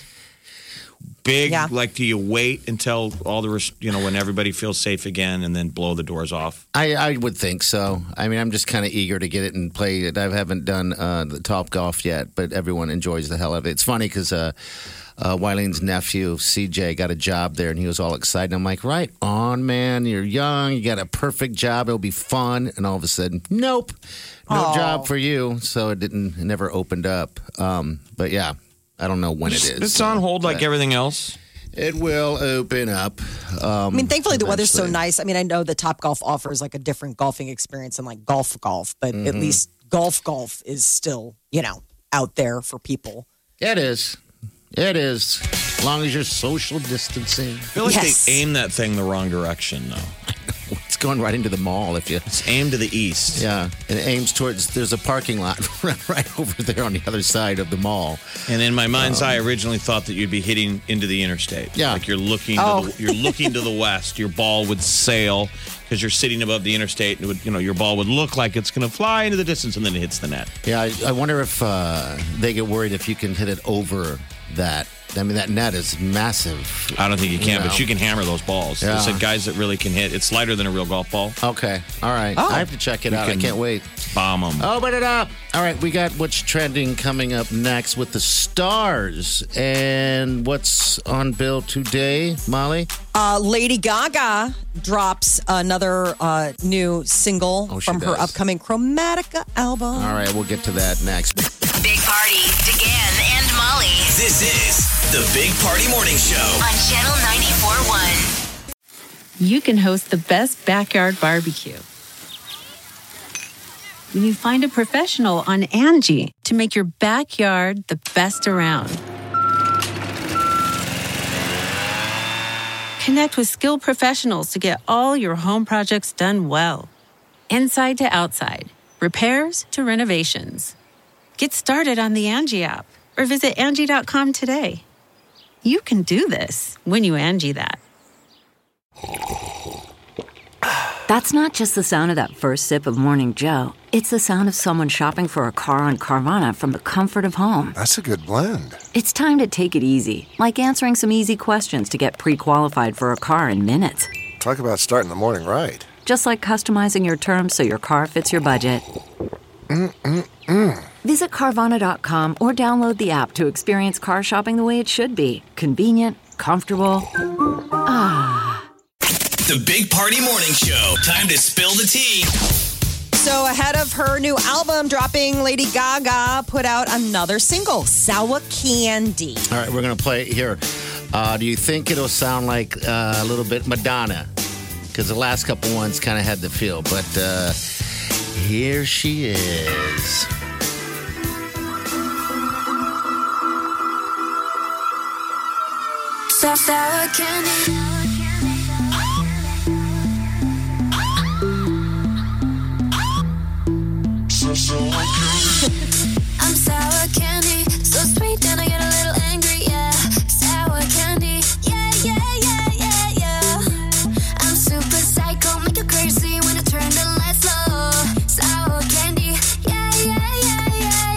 Speaker 5: big?
Speaker 4: Yeah.
Speaker 5: Like, do you wait until all the rest, you know when everybody feels safe again, and then blow the doors off?
Speaker 6: I, I would think so. I mean, I'm just kind of eager to get it and play it. I haven't done uh, the Top Golf yet, but everyone enjoys the hell of it. It's funny because uh, uh, Wylene's nephew, CJ, got a job there and he was all excited. I'm like, right on, man. You're young. You got a perfect job. It'll be fun. And all of a sudden, nope. No job for you. So it didn't, it never opened up. Um, but yeah, I don't know when it is.
Speaker 5: It's on hold like everything else.
Speaker 6: It will open up. Um,
Speaker 4: I mean, thankfully the weather's so
Speaker 6: eventually.
Speaker 4: nice. I mean, I know the Top Golf offers like a different golfing experience than like golf golf, but
Speaker 6: Mm-hmm.
Speaker 4: at least golf golf is still you know out there for people.
Speaker 6: It is. It is. As long as you're social distancing.
Speaker 5: I feel like
Speaker 4: Yes.
Speaker 5: they aim that thing the wrong direction, though.
Speaker 6: It's going right into the mall if you.
Speaker 5: It's aimed to the east.
Speaker 6: Yeah, and it aims towards. There's a parking lot right over there on the other side of the mall.
Speaker 5: And in my mind's eye, I originally thought that you'd be hitting into the interstate.
Speaker 6: Um, Yeah.
Speaker 5: like you're looking.
Speaker 4: Oh.
Speaker 5: To the, you're looking to the west. Your ball would sail because you're sitting above the interstate, and it would, you know your ball would look like it's going to fly into the distance, and then it hits the net.
Speaker 6: Yeah, I, I wonder if uh, they get worried if you can hit it over that. I mean, that net is massive.
Speaker 5: I don't think you can,
Speaker 6: No.
Speaker 5: but you can hammer those balls.
Speaker 6: Yeah.
Speaker 5: They said guys that really can hit. It's lighter than a real golf ball.
Speaker 6: Okay, all right. I have to check it out. I
Speaker 5: can-
Speaker 6: can't wait.
Speaker 5: Bomb them.
Speaker 6: Open it up. All right, we got what's trending coming up next with the stars and what's on bill today, Molly.
Speaker 4: Uh, Lady Gaga drops another uh, new single
Speaker 6: Oh, she
Speaker 4: from her
Speaker 6: does.
Speaker 4: upcoming Chromatica album.
Speaker 6: All right, we'll get to that next.
Speaker 3: Big Party, DeGan and Molly
Speaker 2: This is the Big Party Morning Show.
Speaker 3: on Channel 941.
Speaker 7: you can host the best backyard barbecue. When you find a professional on Angie to make your backyard the best around. Connect with skilled professionals to get all your home projects done well. Inside to outside, repairs to renovations. Get started on the Angie app or visit Angie.com today. You can do this when you Angie that.
Speaker 8: That's not just the sound of that first sip of Morning Joe. It's the sound of someone shopping for a car on Carvana from the comfort of home.
Speaker 9: That's a good blend.
Speaker 8: It's time to take it easy, like answering some easy questions to get pre qualified for a car in minutes.
Speaker 9: Talk about starting the morning right.
Speaker 8: Just like customizing your terms so your car fits your budget. Visit Carvana.com or download the app to experience car shopping the way it should be convenient, comfortable.
Speaker 2: The Big Party Morning Show. Time to spill the tea.
Speaker 4: So, ahead of her new album dropping, Lady Gaga put out another single, Sour Candy.
Speaker 6: All right, we're going to play it here. Uh, do you think it'll sound like uh, a little bit Madonna? Because the last couple ones kind of had the feel, but uh, here she is.
Speaker 10: Sour candy. I'm sour candy, so sweet and I get a little angry, yeah. Sour candy, yeah, yeah, yeah, yeah, yeah. I'm super psycho, make you crazy when I turn the lights low. Sour candy, yeah, yeah, yeah, yeah.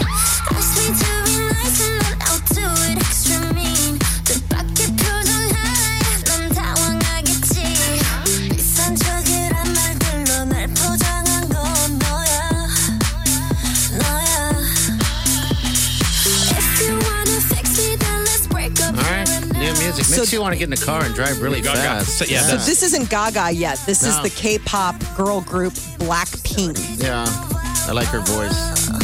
Speaker 10: I'm sweet to be nice and then I'll do it extra mean. The bucket pulls on high, 난 당황하겠지. 비싼 척이란 말들로 날 포장한 건 너야. 너야. If you wanna fix me, then let's break up
Speaker 6: All right,
Speaker 10: here and
Speaker 6: new
Speaker 10: now.
Speaker 6: music. Makes you want to get in the car and drive really
Speaker 5: Gaga.
Speaker 6: fast.
Speaker 5: So- yeah,
Speaker 4: So, this isn't Gaga yet. This is
Speaker 6: No.
Speaker 4: the K pop girl group Blackpink.
Speaker 6: yeah. I like her voice.
Speaker 10: Uh-huh.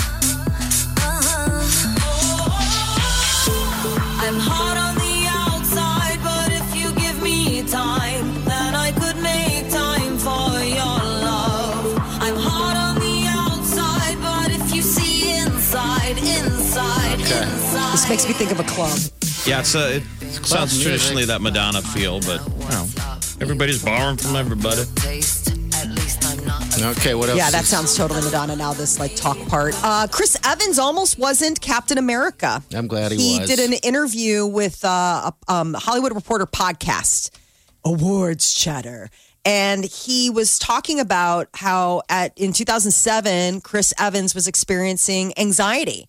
Speaker 10: I'm hot on the outside, but if you give me time, then I could make time for your love. I'm hot on the outside, but if you see inside, inside,
Speaker 6: Okay.
Speaker 10: inside.
Speaker 4: This makes me think of a club.
Speaker 5: Yeah, it's a, it
Speaker 6: club
Speaker 5: sounds
Speaker 6: music.
Speaker 5: traditionally that Madonna feel, but you know, everybody's borrowing from everybody.
Speaker 6: Okay, what else?
Speaker 4: Yeah, that
Speaker 6: is-
Speaker 4: sounds totally Madonna now, this like talk part. Uh, Chris Evans almost wasn't Captain America.
Speaker 6: I'm glad he was.
Speaker 4: did an interview with uh, a um, Hollywood Reporter podcast, Awards Chatter. And he was talking about how at in 2007, Chris Evans was experiencing anxiety.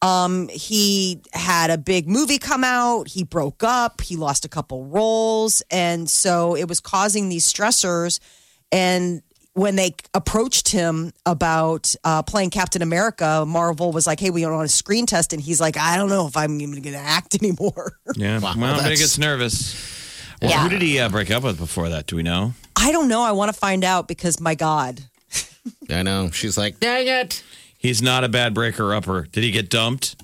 Speaker 4: Um, he had a big movie come out. He broke up. He lost a couple roles, and so it was causing these stressors. And when they approached him about uh, playing Captain America, Marvel was like, "Hey, we don't want a screen test," and he's like, "I don't know if I'm even going to act anymore.
Speaker 5: Yeah,
Speaker 6: Wow,
Speaker 5: well, everybody
Speaker 6: that's-
Speaker 5: gets nervous. Well, Who did he uh, break up with before that? Do we know?
Speaker 4: I don't know. I want to find out because my God,
Speaker 6: I know. She's like, dang it.
Speaker 5: He's not a bad breaker upper. Did he get dumped?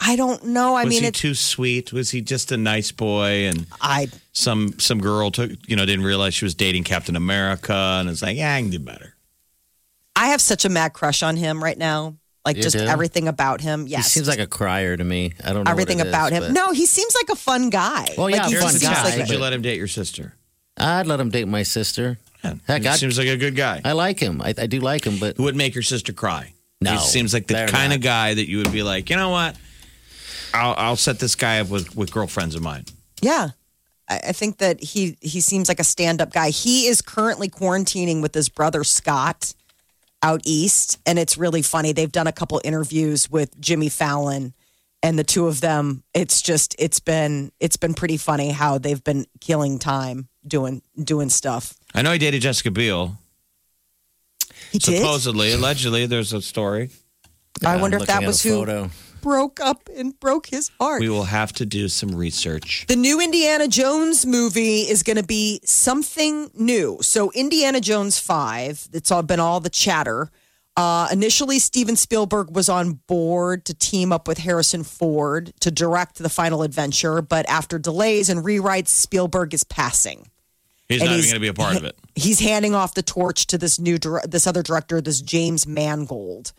Speaker 4: I don't know. I
Speaker 5: was
Speaker 4: mean,
Speaker 5: he
Speaker 4: it's
Speaker 5: too sweet? Was he just a nice boy? And
Speaker 4: I
Speaker 5: some some girl took you know didn't realize she was dating Captain America, and it's like, yeah, I can do better.
Speaker 4: I have such a mad crush on him right now. Like
Speaker 6: You
Speaker 4: just
Speaker 6: do?
Speaker 4: everything about him.
Speaker 6: He
Speaker 4: Yes,
Speaker 6: seems like a crier to me. I don't know.
Speaker 4: everything
Speaker 6: what it is,
Speaker 4: about him.
Speaker 6: but-
Speaker 4: No, he seems like a fun guy.
Speaker 6: Well, yeah,
Speaker 4: like, he
Speaker 6: a Oh, fun
Speaker 4: just
Speaker 5: Here's the
Speaker 4: seems
Speaker 6: guy,
Speaker 5: test.
Speaker 4: like
Speaker 5: Would
Speaker 6: but-
Speaker 5: you let him date your sister?
Speaker 6: I'd let him date my sister.
Speaker 5: Yeah.
Speaker 6: Heck,
Speaker 5: he
Speaker 6: I'd-
Speaker 5: seems like a good guy.
Speaker 6: I like him. I, I do like him, but
Speaker 5: Who would make your sister cry?
Speaker 6: No,
Speaker 5: he seems like the
Speaker 6: they're
Speaker 5: kind
Speaker 6: not.
Speaker 5: of guy that you would be like, you know what? I'll, I'll set this guy up with, with girlfriends of mine.
Speaker 4: Yeah. I I think that he he seems like a stand up guy. He is currently quarantining with his brother Scott out east, and it's really funny. They've done a couple interviews with Jimmy Fallon, and the two of them. It's just it's been it's been pretty funny how they've been killing time doing doing stuff.
Speaker 5: I know he dated Jessica Biel.
Speaker 4: He
Speaker 5: Supposedly, allegedly, there's a story.
Speaker 4: did. I wonder if
Speaker 6: looking
Speaker 4: that
Speaker 6: at
Speaker 4: was
Speaker 6: a
Speaker 4: who
Speaker 6: photo.
Speaker 4: broke up and broke his heart.
Speaker 5: We will have to do some research.
Speaker 4: The new Indiana Jones movie is going to be something new. So, Indiana Jones 5, it's all been all the chatter. Uh, initially, Steven Spielberg was on board to team up with Harrison Ford to direct the final adventure, but after delays and rewrites, Spielberg is passing.
Speaker 5: He's
Speaker 4: And
Speaker 5: not
Speaker 4: he's-
Speaker 5: even going to be a part of it.
Speaker 4: He's handing off the torch to this new dir- this other director, this James Mangold.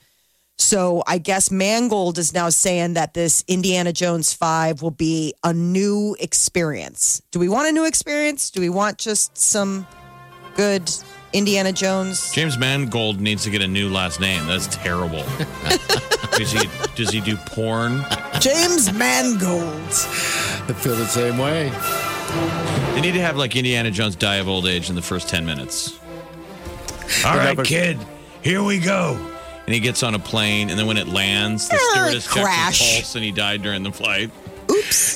Speaker 4: So I guess Mangold is now saying that this Indiana Jones 5 will be a new experience. Do we want a new experience? Do we want just some good Indiana Jones?
Speaker 5: James Mangold needs to get a new last name. That's terrible. does he does he do porn?
Speaker 4: James Mangold.
Speaker 6: I feel the same way.
Speaker 5: They need to have like Indiana Jones die of old age in the first ten minutes. All right, kid, here we go. And he gets on a plane, and then when it lands, the
Speaker 6: Ah,
Speaker 4: Eh,
Speaker 5: stewardess checks
Speaker 4: crash.
Speaker 5: his pulse, and he died during the flight.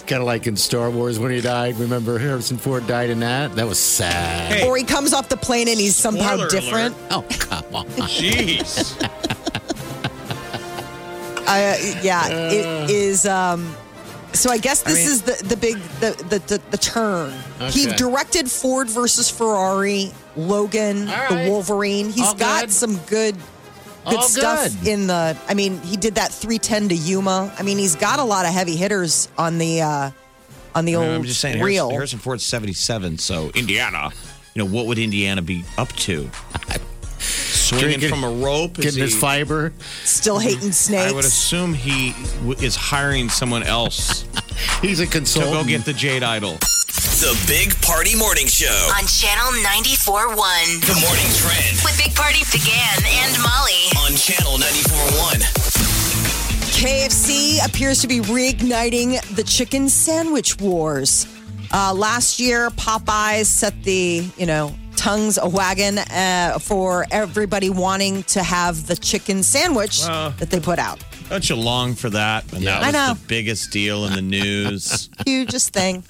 Speaker 6: Kind of like in Star Wars when he died. Remember Harrison Ford died in that? That was sad.
Speaker 5: Hey.
Speaker 4: Or he comes off the plane and he's somehow
Speaker 5: Spoiler
Speaker 4: different.
Speaker 6: Oh, come on.
Speaker 5: Jeez.
Speaker 4: I, uh, yeah, it is. Um, so I guess this is the the big the the the, the turn. He
Speaker 6: Okay.
Speaker 4: directed Ford versus Ferrari, Logan,
Speaker 6: All right.
Speaker 4: the Wolverine. He's
Speaker 6: All
Speaker 4: got
Speaker 6: good.
Speaker 4: some good. Good
Speaker 6: All
Speaker 4: stuff
Speaker 6: good.
Speaker 4: in the. I mean, he did that 310 to Yuma. I mean, he's got a lot of heavy hitters on the uh on the old
Speaker 5: I'm just saying,
Speaker 4: reel.
Speaker 5: Harrison, Harrison Ford's 77, so Indiana, you know, what would Indiana be up to? Swinging
Speaker 6: Drinking-
Speaker 5: from a rope? Is
Speaker 6: Getting his
Speaker 5: he-
Speaker 6: fiber.
Speaker 4: Still hating
Speaker 5: I
Speaker 4: snakes.
Speaker 5: would assume he w- is hiring someone else
Speaker 6: He's a
Speaker 5: to
Speaker 6: consultant.
Speaker 5: go get the Jade Idol.
Speaker 2: The Big Party Morning Show.
Speaker 3: on Channel 94.1
Speaker 2: The Morning Trend
Speaker 3: with Big Party began and Molly.
Speaker 2: on Channel 94.1.
Speaker 4: KFC appears to be reigniting the chicken sandwich wars. Uh, last year, Popeyes set the you know tongues a wagon uh, for everybody wanting to have the chicken sandwich that they put out.
Speaker 5: Don't you long for that? And that
Speaker 4: I
Speaker 5: was
Speaker 4: know.
Speaker 5: the biggest deal in the news.
Speaker 4: Hugest thing.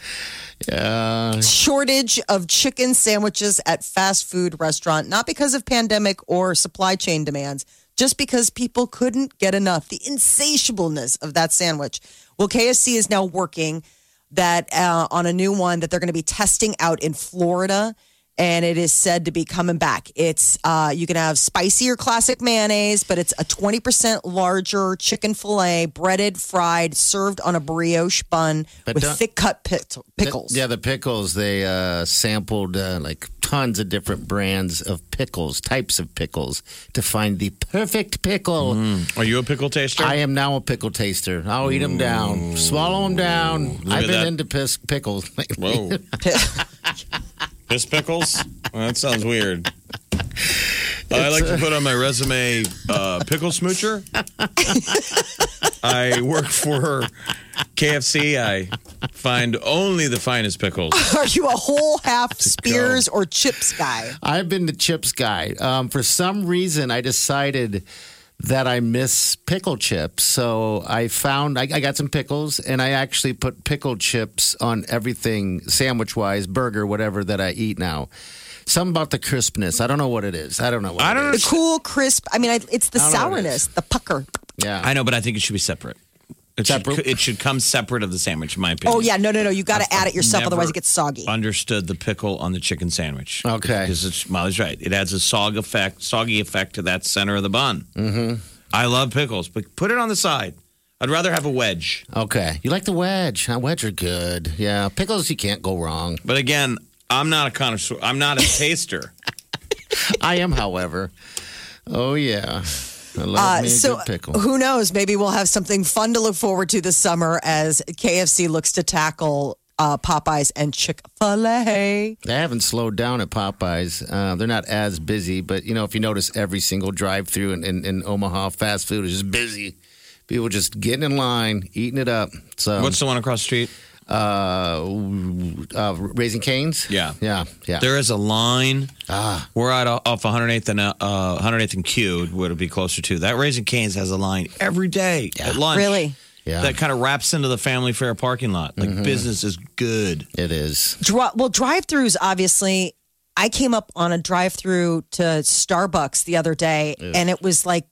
Speaker 4: Yeah. Shortage of chicken sandwiches at fast food restaurant, not because of pandemic or supply chain demands, just because people couldn't get enough. The insatiableness of that sandwich. Well, KFC is now working that uh, on a new one that they're going to be testing out in Florida. And it is said to be coming back. It's uh, you can have spicier classic mayonnaise, but it's a twenty percent larger chicken fillet, breaded, fried, served on a brioche bun
Speaker 6: But
Speaker 4: with
Speaker 6: don't-
Speaker 4: thick cut pit- pickles.
Speaker 6: Yeah, the pickles. They uh, sampled uh, like tons of different brands of pickles, types of pickles, to find the perfect pickle.
Speaker 5: Are you a pickle taster?
Speaker 6: I am now a pickle taster. I'll eat them down, swallow them down. I've
Speaker 5: at
Speaker 6: been
Speaker 5: that.
Speaker 6: into pis- pickles. lately.
Speaker 5: Whoa. Piss pickles? Well, that sounds weird. I like to put on my resume uh, pickle smoocher. I work for KFC. I find only the finest pickles.
Speaker 4: Are you a whole half spears or chips guy?
Speaker 6: I've been the chips guy. Um, for some reason, I decided that I miss pickle chips. So I found, I, I got some pickles and I actually put pickle chips on everything sandwich wise, burger, whatever that I eat now. Something about the crispness. I don't know what it is. I don't know. What
Speaker 5: I
Speaker 6: it
Speaker 5: don't
Speaker 6: is.
Speaker 4: The cool, crisp. I mean, I, it's the
Speaker 6: I don't know what it
Speaker 4: sourness, the pucker.
Speaker 6: Yeah.
Speaker 5: I know, but I think it should be separate. It,
Speaker 6: Separate?
Speaker 5: Should, it should come separate of the sandwich, in my opinion.
Speaker 4: Oh yeah, no, no, no. You got to add it yourself,
Speaker 5: Never
Speaker 4: otherwise it gets soggy.
Speaker 5: Understood the pickle on the chicken sandwich.
Speaker 6: Okay.
Speaker 5: because it's, Molly's right. It adds a sog effect, soggy effect to that center of the bun. Mm-hmm. I love pickles, but put it on the side. I'd rather have a wedge.
Speaker 6: okay. You like the wedge. Huh? Wedge are good. Yeah. Pickles, you can't go wrong.
Speaker 5: But again, I'm not a connoisseur. I'm not a taster.
Speaker 6: I am, however. Oh, yeah. I love
Speaker 4: Uh,
Speaker 6: me a
Speaker 4: so
Speaker 6: good pickle.
Speaker 4: who knows? Maybe we'll have something fun to look forward to this summer as KFC looks to tackle uh, Popeyes and Chick Fil A.
Speaker 6: They haven't slowed down at Popeyes. Uh, they're not as busy, but you know, if you notice, every single drive-through in, in, in Omaha fast food is just busy. People just getting in line, eating it up. So,
Speaker 5: What's the one across the street?
Speaker 6: uh, uh, raising canes?
Speaker 5: Yeah.
Speaker 6: yeah, yeah. Ah.
Speaker 5: There is a line. We're at off 108th and uh, 108th and Q. Would it be closer to that? Raising Cane's has a line every day at lunch.
Speaker 4: Really?
Speaker 6: Yeah. Mm-hmm.
Speaker 5: That kind of wraps into the Family Fair parking lot. Like business is good.
Speaker 6: it is.
Speaker 4: Dri- well, drive-throughs obviously. I came up on a drive-through to Starbucks the other day, and it was like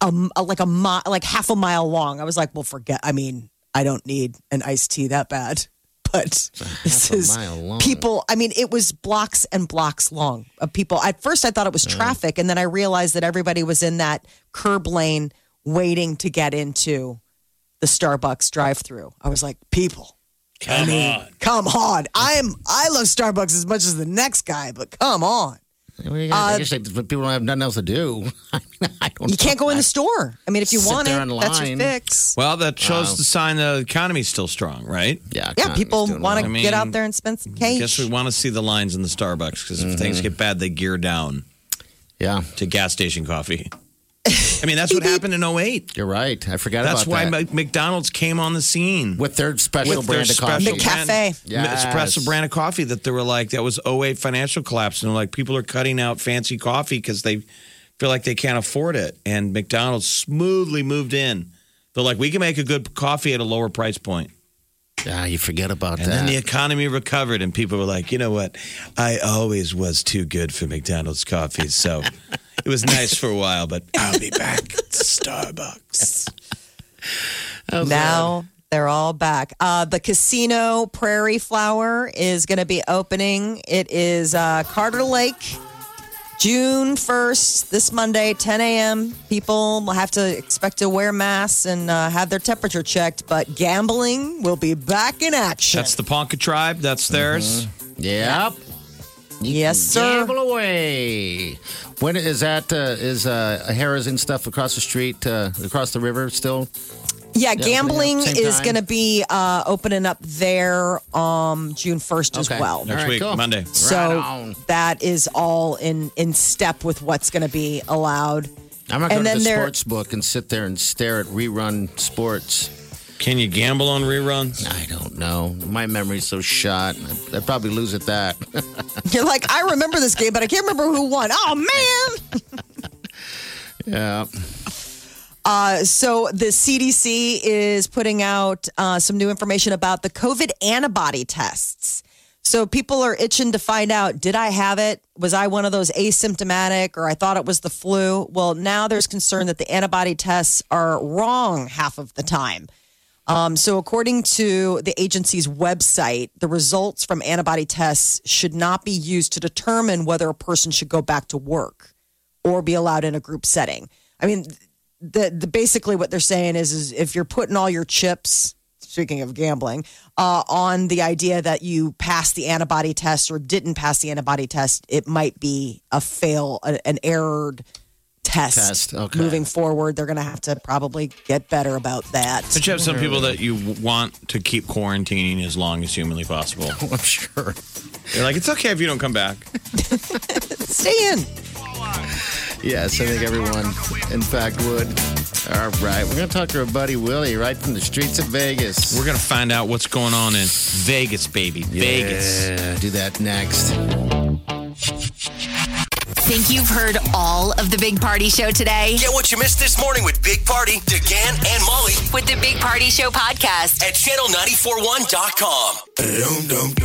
Speaker 4: a, a like a mi- like half a mile long. I was like, well, forget. I mean, I don't need an iced tea that bad. But this
Speaker 6: a
Speaker 4: is
Speaker 6: mile long.
Speaker 4: people. I mean, it was blocks and blocks long of people. At first, I thought it was traffic, and then I realized that everybody was in that curb lane waiting to get into the Starbucks drive-through. I was like, people. Come on. Come on. I'm I love Starbucks as much as the next guy, but come on.
Speaker 6: What do you guys- I guess like, people don't have nothing else to do. I, mean, I don't
Speaker 4: Uh, You can't
Speaker 6: know.
Speaker 4: go in the store. I mean, if you
Speaker 6: Sit
Speaker 4: want
Speaker 6: there
Speaker 4: it, that's your
Speaker 6: online.
Speaker 4: fix.
Speaker 5: Well, that shows the sign the economy's still strong, right?
Speaker 6: Yeah,
Speaker 4: Yeah, people want to
Speaker 5: well. I
Speaker 4: get
Speaker 5: mean,
Speaker 4: out there and spend some
Speaker 5: I
Speaker 4: cash.
Speaker 5: guess we want to see the lines in the Starbucks because
Speaker 6: Mm-hmm.
Speaker 5: if things get bad, they gear down
Speaker 6: Yeah,
Speaker 5: to gas station coffee. I mean, that's what happened in 08.
Speaker 6: you're right. I forgot
Speaker 5: That's
Speaker 6: about
Speaker 5: why
Speaker 6: that.
Speaker 5: Mc- McDonald's came on the scene.
Speaker 6: with their special
Speaker 5: with
Speaker 6: brand
Speaker 5: their
Speaker 6: of coffee.
Speaker 5: special
Speaker 4: The cafe.
Speaker 5: brand-
Speaker 6: Yes.
Speaker 5: espresso brand of coffee that they were like that was 08 financial collapse and they're like people are cutting out fancy coffee because they feel like they can't afford it and McDonald's smoothly moved in they're like we can make a good coffee at a lower price point
Speaker 6: Yeah, you forget about
Speaker 5: and
Speaker 6: that.
Speaker 5: then the economy recovered and people were like you know what I always was too good for McDonald's coffee so it was nice for a while but I'll be back to Starbucks
Speaker 4: Now they're all back. Uh, the casino Prairie Flower is going to be opening. It is uh, Carter Lake, June 1st, this Monday, 10 a.m. People will have to expect to wear masks and uh, have their temperature checked, but gambling will be back in action.
Speaker 5: that's the Ponca tribe that's
Speaker 6: Uh-huh.
Speaker 5: theirs
Speaker 6: yep.
Speaker 4: yes, sir.
Speaker 6: Gamble away. When is that? Uh, is uh, Harris and stuff across the street, uh, across the river still?
Speaker 4: Yeah,
Speaker 6: opening up
Speaker 4: gambling
Speaker 6: same
Speaker 4: is
Speaker 6: time?
Speaker 4: going to be uh, opening up there um, June 1st as
Speaker 6: Okay.
Speaker 4: well.
Speaker 5: next
Speaker 6: All right,
Speaker 5: week
Speaker 6: cool.
Speaker 5: Monday
Speaker 4: So
Speaker 6: on.
Speaker 4: that is all in in step with what's going to be allowed.
Speaker 6: I'm gonna go to
Speaker 4: And
Speaker 6: the
Speaker 4: then there-
Speaker 6: sports book and sit there and stare at rerun sports.
Speaker 5: can you gamble on reruns
Speaker 6: I don't know. My memory's so shot. I'd probably lose at that.
Speaker 4: You're like, I remember this game, but I can't remember who won. Oh man!
Speaker 6: yeah.
Speaker 4: Uh, so the CDC is putting out uh, some new information about the COVID antibody tests. So people are itching to find out: Did I have it? Was I one of those asymptomatic, or I thought it was the flu? Well, now there's concern that the antibody tests are wrong half of the time. Um, so, according to the agency's website, the results from antibody tests should not be used to determine whether a person should go back to work or be allowed in a group setting. I mean, the, the basically what they're saying is, is if you're putting all your chips, speaking of gambling, uh, on the idea that you passed the antibody test or didn't pass the antibody test, it might be a fail, a, an errored test.
Speaker 6: Test, okay.
Speaker 4: Moving forward, they're going to have to probably get better about that.
Speaker 5: But you have some people that you want to keep quarantining as long as humanly possible.
Speaker 6: I'm sure.
Speaker 5: They're like, it's okay if you don't come back.
Speaker 4: Stay in.
Speaker 6: Yes, I think everyone, in fact, would. All right, we're going to talk to our buddy Willie right from the streets of Vegas.
Speaker 5: We're going to find out what's going on in Vegas, baby. Vegas.
Speaker 6: Yeah, do that next.
Speaker 3: Think you've heard all of the Big Party Show today?
Speaker 2: Get what you missed this morning with Big Party, DeGan, and Molly
Speaker 3: With the Big Party Show podcast.
Speaker 2: at channel941.com.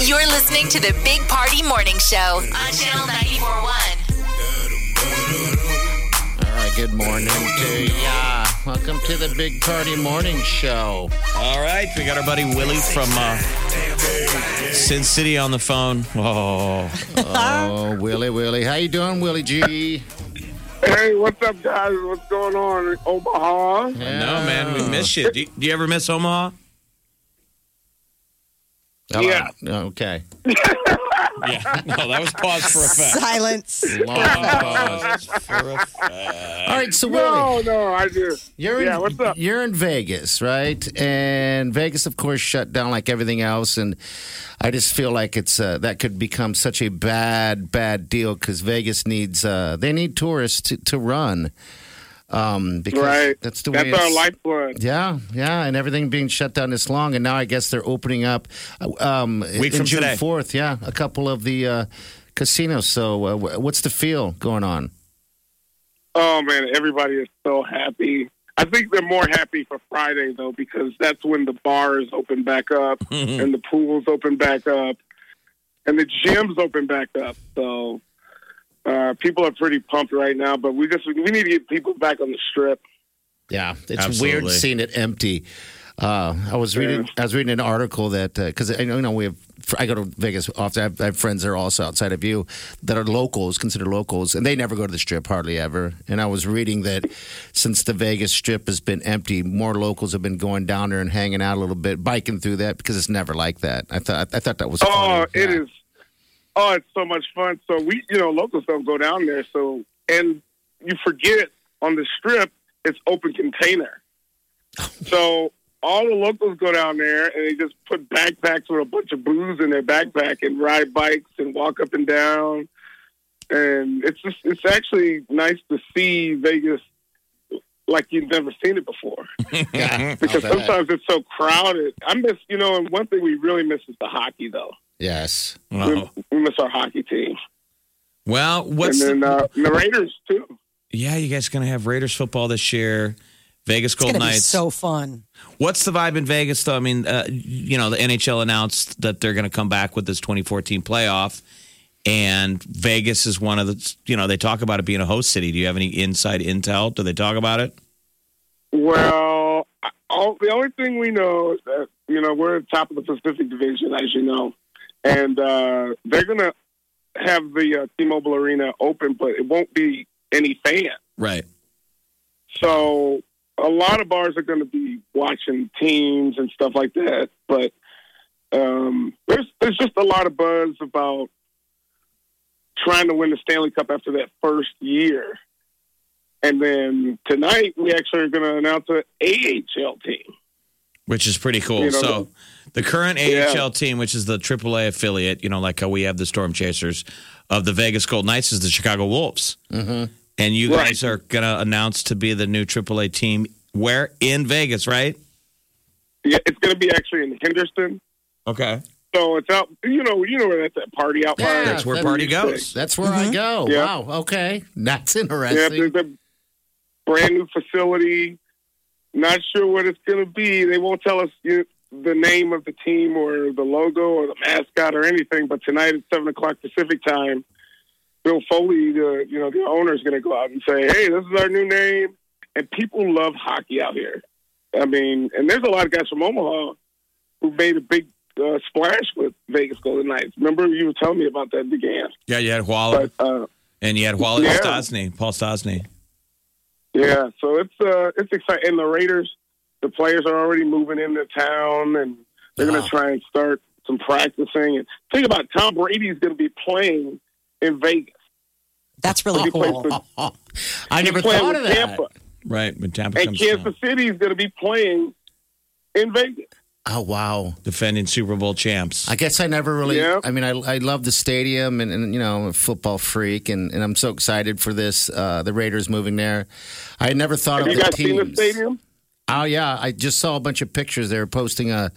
Speaker 3: You're listening to the Big Party Morning Show on Channel 941.
Speaker 6: All right, good morning to ya. Welcome to the Big Party Morning Show.
Speaker 5: All right. We got our buddy Willie from uh, Sin City on the phone. Oh,
Speaker 6: Oh, Willie, Willie. How you doing, Willie G?
Speaker 11: Hey, what's up, guys? What's going on in Omaha?
Speaker 5: I know, man. We miss you. Do, you. do you ever miss Omaha?
Speaker 6: Hello.
Speaker 11: Yeah.
Speaker 6: Okay.
Speaker 5: Yeah. No, that was pause for effect.
Speaker 4: Silence.
Speaker 6: Long pause.
Speaker 5: Pause for effect.
Speaker 6: All right, so Willie.
Speaker 11: No, no, I just
Speaker 6: You're
Speaker 11: yeah.
Speaker 6: in,
Speaker 11: What's up?
Speaker 6: You're in Vegas, right? And Vegas, of course, shut down like everything else. And I just feel like it's uh, that could become such a bad, bad deal because Vegas needs uh, they need tourists to, to run. Um, because
Speaker 11: Right.
Speaker 6: That's the way.
Speaker 11: That's our
Speaker 6: it's-
Speaker 11: lifeblood.
Speaker 6: Yeah, yeah, and everything being shut down this long, and now I guess they're opening up. uh, Um,
Speaker 5: Week
Speaker 6: in
Speaker 5: from
Speaker 6: June
Speaker 5: today.
Speaker 6: fourth, yeah, a couple of the uh, casinos. So, uh, wh- what's the feel going on?
Speaker 11: Oh man, everybody is so happy. I think they're more happy for Friday though because that's when the bars open back up and the pools open back up and the gyms open back up. So uh, people are pretty pumped right now, but we just we need to get people back on the strip.
Speaker 6: Yeah, it's
Speaker 5: Absolutely.
Speaker 6: weird seeing it empty. Uh, I was reading. I was reading an article that because I know you know, we have I go to Vegas often. I have friends that are also outside of you that are locals, considered locals, and they never go to the strip hardly ever. And I was reading that since the Vegas strip has been empty, more locals have been going down there and hanging out a little bit, biking through that because it's never like that. I thought I thought that was
Speaker 11: Oh, it is. Oh, it's so much fun. So we, you know, locals don't go down there. So and you forget on the strip, it's open container. so all the locals go down there and they just put backpacks with a bunch of booze in their backpack and ride bikes and walk up and down. And it's just it's actually nice to see Vegas like you've never seen it before because sometimes it's so crowded. I miss, you know, and one thing we really miss is the hockey though.
Speaker 6: Yes.
Speaker 11: We, we miss our hockey team.
Speaker 5: Well, what's
Speaker 11: and then
Speaker 5: the,
Speaker 11: uh, the Raiders too?
Speaker 5: yeah? You guys gonna have Raiders football this year? Vegas
Speaker 4: It's
Speaker 5: Gold
Speaker 4: gonna be
Speaker 5: Knights.
Speaker 4: so fun.
Speaker 5: What's the vibe in Vegas though? I mean, uh, you know, the NHL announced that they're gonna come back with this 2014 playoff, and Vegas is one of the. You know, they talk about it being a host city. Do you have any inside intel? Do they talk about it?
Speaker 11: Well, I- all, the only thing we know is that you know we're at the top of the Pacific Division, as you know, and uh, they're gonna have the uh, T-Mobile Arena open, but it won't be any fans.
Speaker 5: Right.
Speaker 11: So a lot of bars are going to be watching teams and stuff like that. But um, there's there's just a lot of buzz about trying to win the Stanley Cup after that first year. And then tonight we actually are going to announce an AHL team.
Speaker 5: which is pretty cool.
Speaker 11: You know,
Speaker 5: so the current
Speaker 11: Yeah.
Speaker 5: AHL team, which is the AAA affiliate, you know, like how we have the Storm Chasers of the Vegas Gold Knights, is the Chicago Wolves,
Speaker 6: Mm-hmm.
Speaker 5: and you guys are gonna announce to be the new AAA team where in Vegas, right?
Speaker 11: Yeah, it's going to be actually in Henderson.
Speaker 5: Okay,
Speaker 11: So it's out. You know, you know where that's at party out. by-
Speaker 5: that's where party goes.
Speaker 6: That's where I go.
Speaker 11: Yeah.
Speaker 6: Wow. Okay. That's
Speaker 11: Yeah,
Speaker 6: interesting.
Speaker 11: there's a brand new facility. Not sure what it's going to be. They won't tell us you, the name of the team or the logo or the mascot or anything. But tonight at seven o'clock Pacific time, Bill Foley, the you know the owner, is going to go out and say, "Hey, this is our new name." And people love hockey out here. I mean, and there's a lot of guys from Omaha who made a big uh, splash with Vegas Golden Knights. Remember you were telling me about that began.
Speaker 5: Yeah, you had Waller,
Speaker 11: uh,
Speaker 5: and you had Waller
Speaker 11: yeah.
Speaker 5: Stosny, Paul Stosny.
Speaker 11: Yeah, so it's uh it's exciting. And the Raiders, the players are already moving into town, and they're going to try and start some practicing. And think about it, Tom Brady's going to be playing in Vegas.
Speaker 4: That's really
Speaker 11: He plays
Speaker 4: cool.
Speaker 11: for-
Speaker 6: I
Speaker 11: he's
Speaker 6: never
Speaker 11: playing
Speaker 6: thought
Speaker 11: with
Speaker 6: of that.
Speaker 11: Tampa,
Speaker 5: Right, when Tampa
Speaker 11: and
Speaker 5: comes down.
Speaker 11: Kansas City is going to be playing in Vegas.
Speaker 6: Oh wow.
Speaker 5: defending Super Bowl champs.
Speaker 6: I guess I never really.
Speaker 11: Yeah.
Speaker 6: I mean, I, I love the stadium, and, and you know, I'm a football freak, and, and I'm so excited for this. Uh, the Raiders moving there. I never thought
Speaker 11: Have
Speaker 6: of
Speaker 11: you
Speaker 6: the
Speaker 11: guys
Speaker 6: teams.
Speaker 11: seen the stadium?
Speaker 6: Oh yeah, I just saw a bunch of pictures. They were posting uh,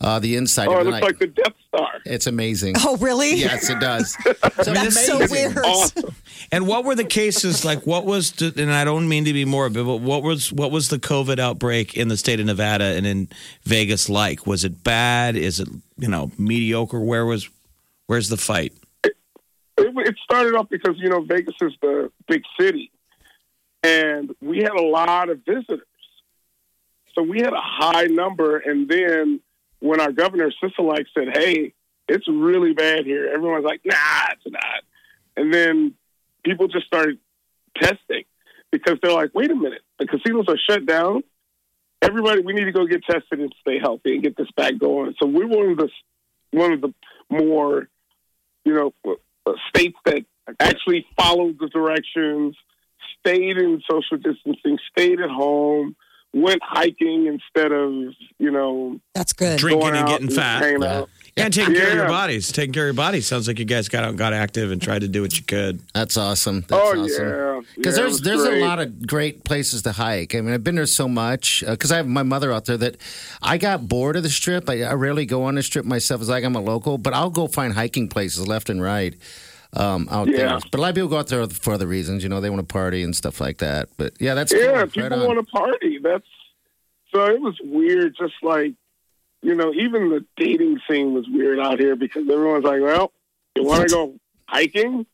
Speaker 6: uh, the inside.
Speaker 11: Oh,
Speaker 6: of
Speaker 11: it
Speaker 6: the
Speaker 11: looks
Speaker 6: night.
Speaker 11: like the Death Star.
Speaker 6: it's amazing.
Speaker 4: Oh, really?
Speaker 6: Yes, it does.
Speaker 4: That's so weird.
Speaker 11: Awesome.
Speaker 5: And what were the cases like? What was and I don't mean to be morbid, but what was what was the COVID outbreak in the state of Nevada and in Vegas like? Was it bad? Is it you know mediocre? Where was where's the fight?
Speaker 11: it, it started off because you know Vegas is the big city, and we had a lot of visitors, so we had a high number. And then when our governor Sisolak said, "Hey, it's really bad here," everyone's like, "Nah, it's not." And then people just started testing because they're like, "Wait a minute, the casinos are shut down." Everybody, we need to go get tested and stay healthy and get this back going. So we're one of the one of the more, you know, uh, states that actually followed the directions, stayed in social distancing, stayed at home, went hiking instead of, you know,
Speaker 4: That's good.
Speaker 5: Drinking
Speaker 11: going
Speaker 5: and
Speaker 11: out
Speaker 5: getting fat.
Speaker 11: hanging out.
Speaker 5: Yeah, and taking care of your
Speaker 11: Yeah.
Speaker 5: bodies. Taking care of your body sounds like you guys got out and got active and tried to do what you could.
Speaker 6: That's awesome. That's
Speaker 11: Oh,
Speaker 6: awesome.
Speaker 11: yeah.
Speaker 6: Because
Speaker 11: Yeah, it
Speaker 6: there's
Speaker 11: was
Speaker 6: there's
Speaker 11: great.
Speaker 6: a lot of great places to hike. I mean, I've been there so much. Because I have my mother out there that I got bored of the strip. I, I rarely go on the strip myself. It's like I'm a local, but I'll go find hiking places left and right um, out there.
Speaker 11: Yeah.
Speaker 6: But a lot of people go out there for other reasons. You know, they want to party and stuff like that. But yeah, that's
Speaker 11: yeah,
Speaker 6: cool.
Speaker 11: people
Speaker 6: Right on.
Speaker 11: want to party. That's so it was weird. Just like you know, even the dating scene was weird out here because everyone's like, "Well, you want to go hiking?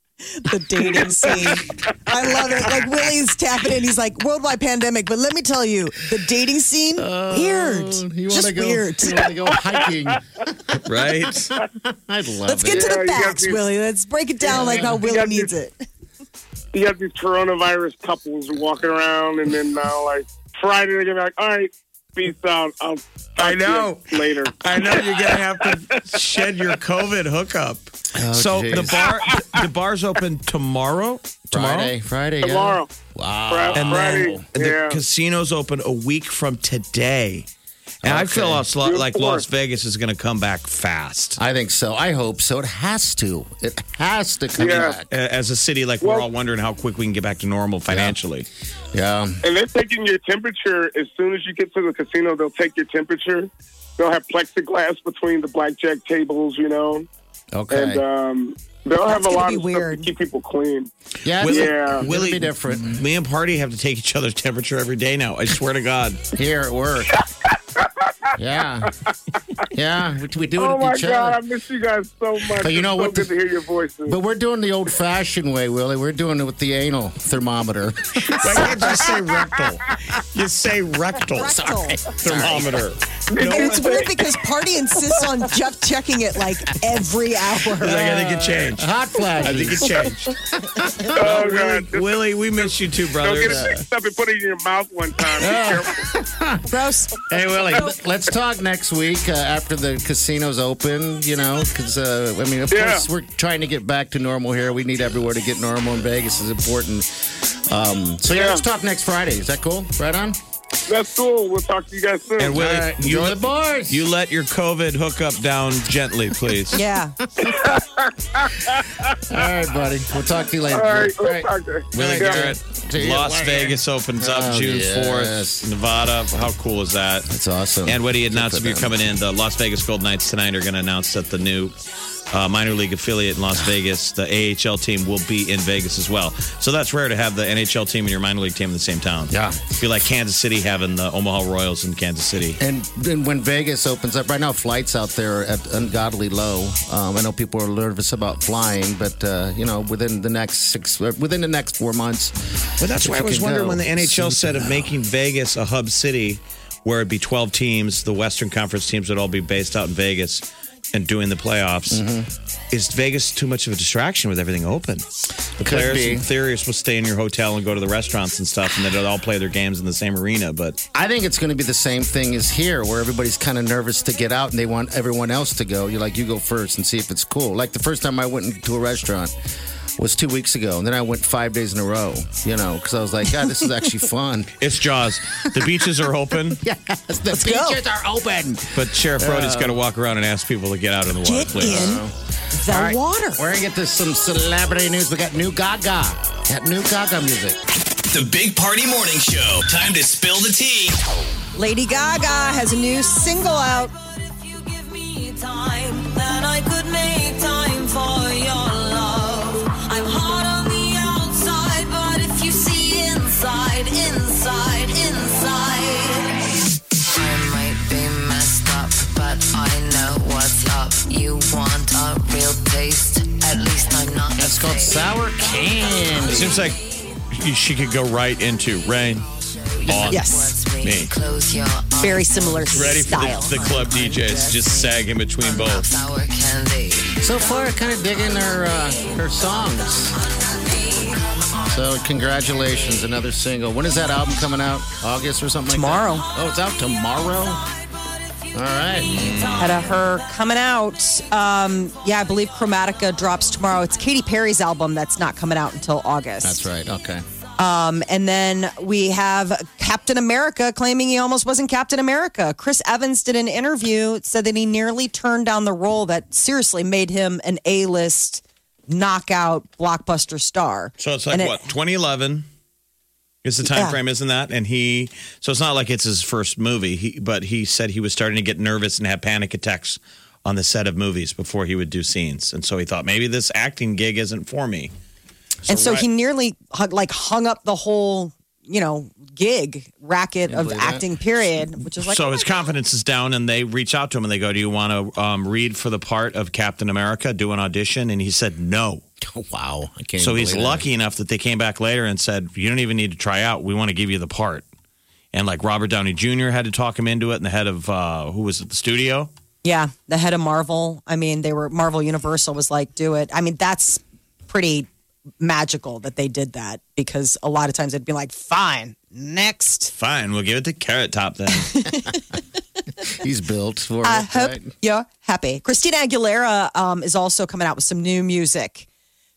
Speaker 4: the dating scene. I love it. Like Willie's tapping in. He's like, worldwide pandemic. But let me tell you, the dating scene,
Speaker 5: Oh,
Speaker 4: weird. Just
Speaker 6: go,
Speaker 4: weird.
Speaker 6: You want to go hiking?
Speaker 5: Right?
Speaker 6: I'd love
Speaker 4: Let's get
Speaker 6: it.
Speaker 4: to the
Speaker 11: Yeah, you
Speaker 4: facts,
Speaker 11: got me.
Speaker 4: Willie. Let's break it down like how Willie needs it.
Speaker 11: you got these coronavirus couples walking around, and then now like Friday they're gonna be like, "All right, peace out. I'll talk
Speaker 12: I
Speaker 11: to
Speaker 12: know.
Speaker 11: you later."
Speaker 12: I know you're gonna have to shed your COVID hookup.
Speaker 5: so the
Speaker 6: geez.
Speaker 5: bar the bar's open tomorrow. Tomorrow.
Speaker 6: Friday, Friday, yeah.
Speaker 11: Tomorrow,
Speaker 6: Wow.
Speaker 11: Fri-
Speaker 5: And
Speaker 11: Friday,
Speaker 5: then the
Speaker 11: yeah.
Speaker 5: casinos open a week from today. And I feel
Speaker 6: Okay.
Speaker 5: Las, like
Speaker 11: Good
Speaker 5: Las
Speaker 11: work.
Speaker 5: Vegas is going to come back fast.
Speaker 6: I think so. I hope so. It has to. It has to come
Speaker 11: Yeah.
Speaker 6: back.
Speaker 5: A- As a city, like we're
Speaker 11: Well-
Speaker 5: all wondering how quick we can get back to normal financially.
Speaker 6: Yeah.
Speaker 11: and they're taking your temperature as soon as you get to the casino. They'll take your temperature. They'll have plexiglass between the blackjack tables, you know,
Speaker 6: Okay.
Speaker 11: and um, they'll
Speaker 4: That's
Speaker 11: have a
Speaker 4: gonna
Speaker 11: lot
Speaker 4: be
Speaker 11: of
Speaker 4: weird.
Speaker 11: stuff to keep people clean.
Speaker 6: yeah.
Speaker 5: Willie-
Speaker 11: Yeah.
Speaker 6: It'll
Speaker 5: Willie,
Speaker 6: be different.
Speaker 5: Me and Party have to take each other's temperature every day now. I swear to God.
Speaker 6: Here at work. yeah. Yeah. We, we do it
Speaker 11: Oh
Speaker 6: with
Speaker 11: my
Speaker 6: each
Speaker 11: God, I
Speaker 6: other.
Speaker 11: miss you guys so much.
Speaker 6: But you
Speaker 11: It's
Speaker 6: know
Speaker 11: so
Speaker 6: what
Speaker 11: Good
Speaker 6: the-
Speaker 11: to hear your voices.
Speaker 6: But we're doing the old fashioned way, Willie. We're doing it with the anal thermometer.
Speaker 5: Why can't you say rectal? You say rectal.
Speaker 4: Rectal.
Speaker 5: Thermometer. No
Speaker 4: And it's
Speaker 5: one-
Speaker 4: weird because Party insists on Jeff checking it like every hour.
Speaker 5: He's like, I
Speaker 6: Uh,
Speaker 5: think it changed.
Speaker 6: Hot
Speaker 5: I think
Speaker 6: flashes.
Speaker 5: it changed.
Speaker 11: oh God, just
Speaker 5: Willie, we miss you too,
Speaker 11: don't
Speaker 5: brother.
Speaker 11: get it mixed up and put it in your mouth one time. Be careful.
Speaker 4: Gross.
Speaker 6: Hey, Willie, let's talk next week uh, after the casinos open, you know, because, uh, I mean, of
Speaker 11: Yeah.
Speaker 6: course, we're trying to get back to normal here. We need everywhere to get normal, and Vegas is important. Um, so, yeah,
Speaker 11: Yeah.
Speaker 6: let's talk next Friday. Is that cool? Right on?
Speaker 11: That's cool. We'll talk to you guys soon.
Speaker 5: And Willie,
Speaker 6: All right,
Speaker 5: you,
Speaker 6: enjoy
Speaker 5: let,
Speaker 6: the bars.
Speaker 5: you let your COVID hookup down gently, please.
Speaker 4: Yeah.
Speaker 6: All right, buddy. We'll talk to you later.
Speaker 11: All right,
Speaker 6: All right.
Speaker 11: let's talk to you.
Speaker 5: Willie
Speaker 6: Yeah.
Speaker 5: Garrett,
Speaker 6: See you
Speaker 5: Las
Speaker 6: later.
Speaker 5: Vegas opens up
Speaker 6: Oh,
Speaker 5: June
Speaker 6: yes.
Speaker 5: 4th, Nevada. How cool is that?
Speaker 6: That's awesome.
Speaker 5: And what he announced if
Speaker 6: Good
Speaker 5: you're
Speaker 6: for them.
Speaker 5: coming in, the Las Vegas Gold Knights tonight are going to announce that the new uh, minor league affiliate in Las Vegas, the AHL team, will be in Vegas as well. So that's rare to have the NHL team and your minor league team in the same town.
Speaker 6: Yeah.
Speaker 5: Be like Kansas City having the Omaha Royals in Kansas City.
Speaker 6: And then when Vegas opens up, right now flights out there are at ungodly low. Um, I know people are nervous about flying, but uh, you know, within the next six, uh, within the next four months,
Speaker 5: Well, that's why I
Speaker 6: If
Speaker 5: was
Speaker 6: you
Speaker 5: wondering
Speaker 6: know,
Speaker 5: when the NHL said of making Vegas a hub city where it'd be 12 teams, the Western Conference teams would all be based out in Vegas and doing the playoffs.
Speaker 6: Mm-hmm.
Speaker 5: Is Vegas too much of a distraction with everything open? The players
Speaker 6: be.
Speaker 5: in theory are supposed to stay in your hotel and go to the restaurants and stuff, and then they'd all play their games in the same arena. But
Speaker 6: I think it's going to be the same thing as here, where everybody's kind of nervous to get out and they want everyone else to go. You're like, you go first and see if it's cool. Like the first time I went into a restaurant was two weeks ago, and then I went five days in a row, you know, because I was like, God, this is actually fun.
Speaker 5: it's Jaws. The beaches are open,
Speaker 6: the
Speaker 4: go.
Speaker 6: beaches are open.
Speaker 5: but Sheriff Brody's
Speaker 6: Uh.
Speaker 5: got to walk around and ask people to get out in the water,
Speaker 4: Get
Speaker 5: please.
Speaker 4: in the
Speaker 6: All right,
Speaker 4: water.
Speaker 6: We're gonna get to some celebrity news. We got new Gaga. Got new Gaga music.
Speaker 2: The Big Party Morning Show. Time to spill the tea.
Speaker 4: Lady Gaga has a new single out.
Speaker 6: That's called Sour Can.
Speaker 5: It seems like she could go right into rain on
Speaker 4: Yes.
Speaker 5: me.
Speaker 4: Very similar
Speaker 5: ready for
Speaker 4: style.
Speaker 5: the, the club DJs. Just sag in between both.
Speaker 6: So far, kind of digging her uh, her songs. So congratulations, another single. When is that album coming out? August or something?
Speaker 4: Tomorrow.
Speaker 6: Like that? Oh, it's out tomorrow. All right.
Speaker 4: Out of her coming out. Um, yeah, I believe Chromatica drops tomorrow. It's Katy Perry's album that's not coming out until August.
Speaker 6: That's right. Okay.
Speaker 4: And then we have Captain America claiming he almost wasn't Captain America. Chris Evans did an interview, said that he nearly turned down the role that seriously made him an A list knockout blockbuster star.
Speaker 5: So it's like
Speaker 4: And it-
Speaker 5: what 2011 is the time
Speaker 4: Yeah.
Speaker 5: frame, isn't that? And he, so it's not like it's his first movie. He, but he said he was starting to get nervous and have panic attacks on the set of movies before he would do scenes, and so he thought maybe this acting gig isn't for me.
Speaker 4: and so
Speaker 5: right-
Speaker 4: he nearly hung- like hung up the whole, you know, gig racket of
Speaker 6: believe that.
Speaker 4: acting period, which is like
Speaker 5: so his confidence is down, and they reach out to him and they go, "Do you want to um, read for the part of Captain America? Do an audition?" And he said, "No."
Speaker 6: Wow. I can't
Speaker 5: so
Speaker 6: even
Speaker 5: he's
Speaker 6: believe that.
Speaker 5: lucky enough that they came back later and said, "You don't even need to try out. We want to give you the part." And like Robert Downey Jr. had to talk him into it, and the head of uh, who was at the studio.
Speaker 4: Yeah, the head of Marvel. I mean, they were Marvel Universal was like, do it. I mean, that's pretty magical that they did that because a lot of times it'd be like, fine, next.
Speaker 5: Fine, we'll give it to Carrot Top then.
Speaker 6: he's built for
Speaker 4: I
Speaker 6: it.
Speaker 4: hope
Speaker 6: right?
Speaker 4: you're happy. Christina Aguilera um, is also coming out with some new music.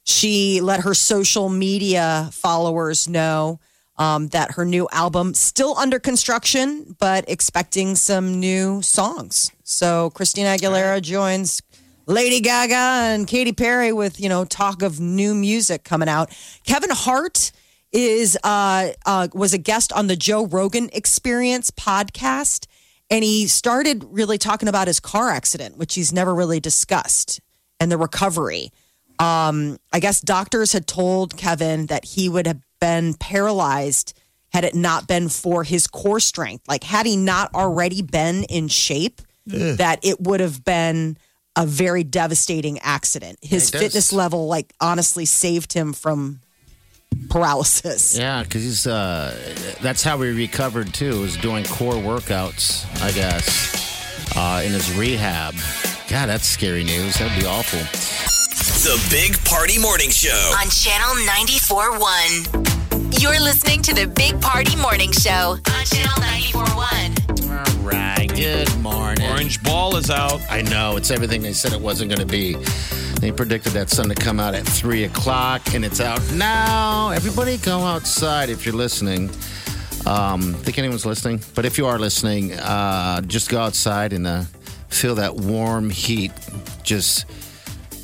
Speaker 4: She let her social media followers know um, that her new album still under construction, but expecting some new songs. So Christina Aguilera joins Lady Gaga and Katy Perry with you know talk of new music coming out. Kevin Hart is uh, uh, was a guest on the Joe Rogan Experience podcast, and he started really talking about his car accident, which he's never really discussed, and the recovery. Um, I guess doctors had told Kevin that he would have been paralyzed had it not been for his core strength. Like, had he not already been in shape,
Speaker 10: Ugh.
Speaker 4: that it would have been a very devastating accident. His
Speaker 6: Yeah, it does.
Speaker 4: fitness level, like, honestly saved him from paralysis.
Speaker 6: Yeah, because he's uh, that's how he recovered too. Is doing core workouts, I guess, uh, in his rehab. God, that's scary news. That'd be awful.
Speaker 2: The Big Party Morning Show.
Speaker 3: on Channel 94.1. You're listening to the Big Party Morning Show on Channel 94.1.
Speaker 6: All right. Good morning.
Speaker 5: Orange Ball is out.
Speaker 6: I know. It's everything they said it wasn't going to be. They predicted that sun to come out at 3 o'clock, and it's out now. Everybody go outside if you're listening. Um, think anyone's listening, but if you are listening, uh, just go outside and uh, feel that warm heat just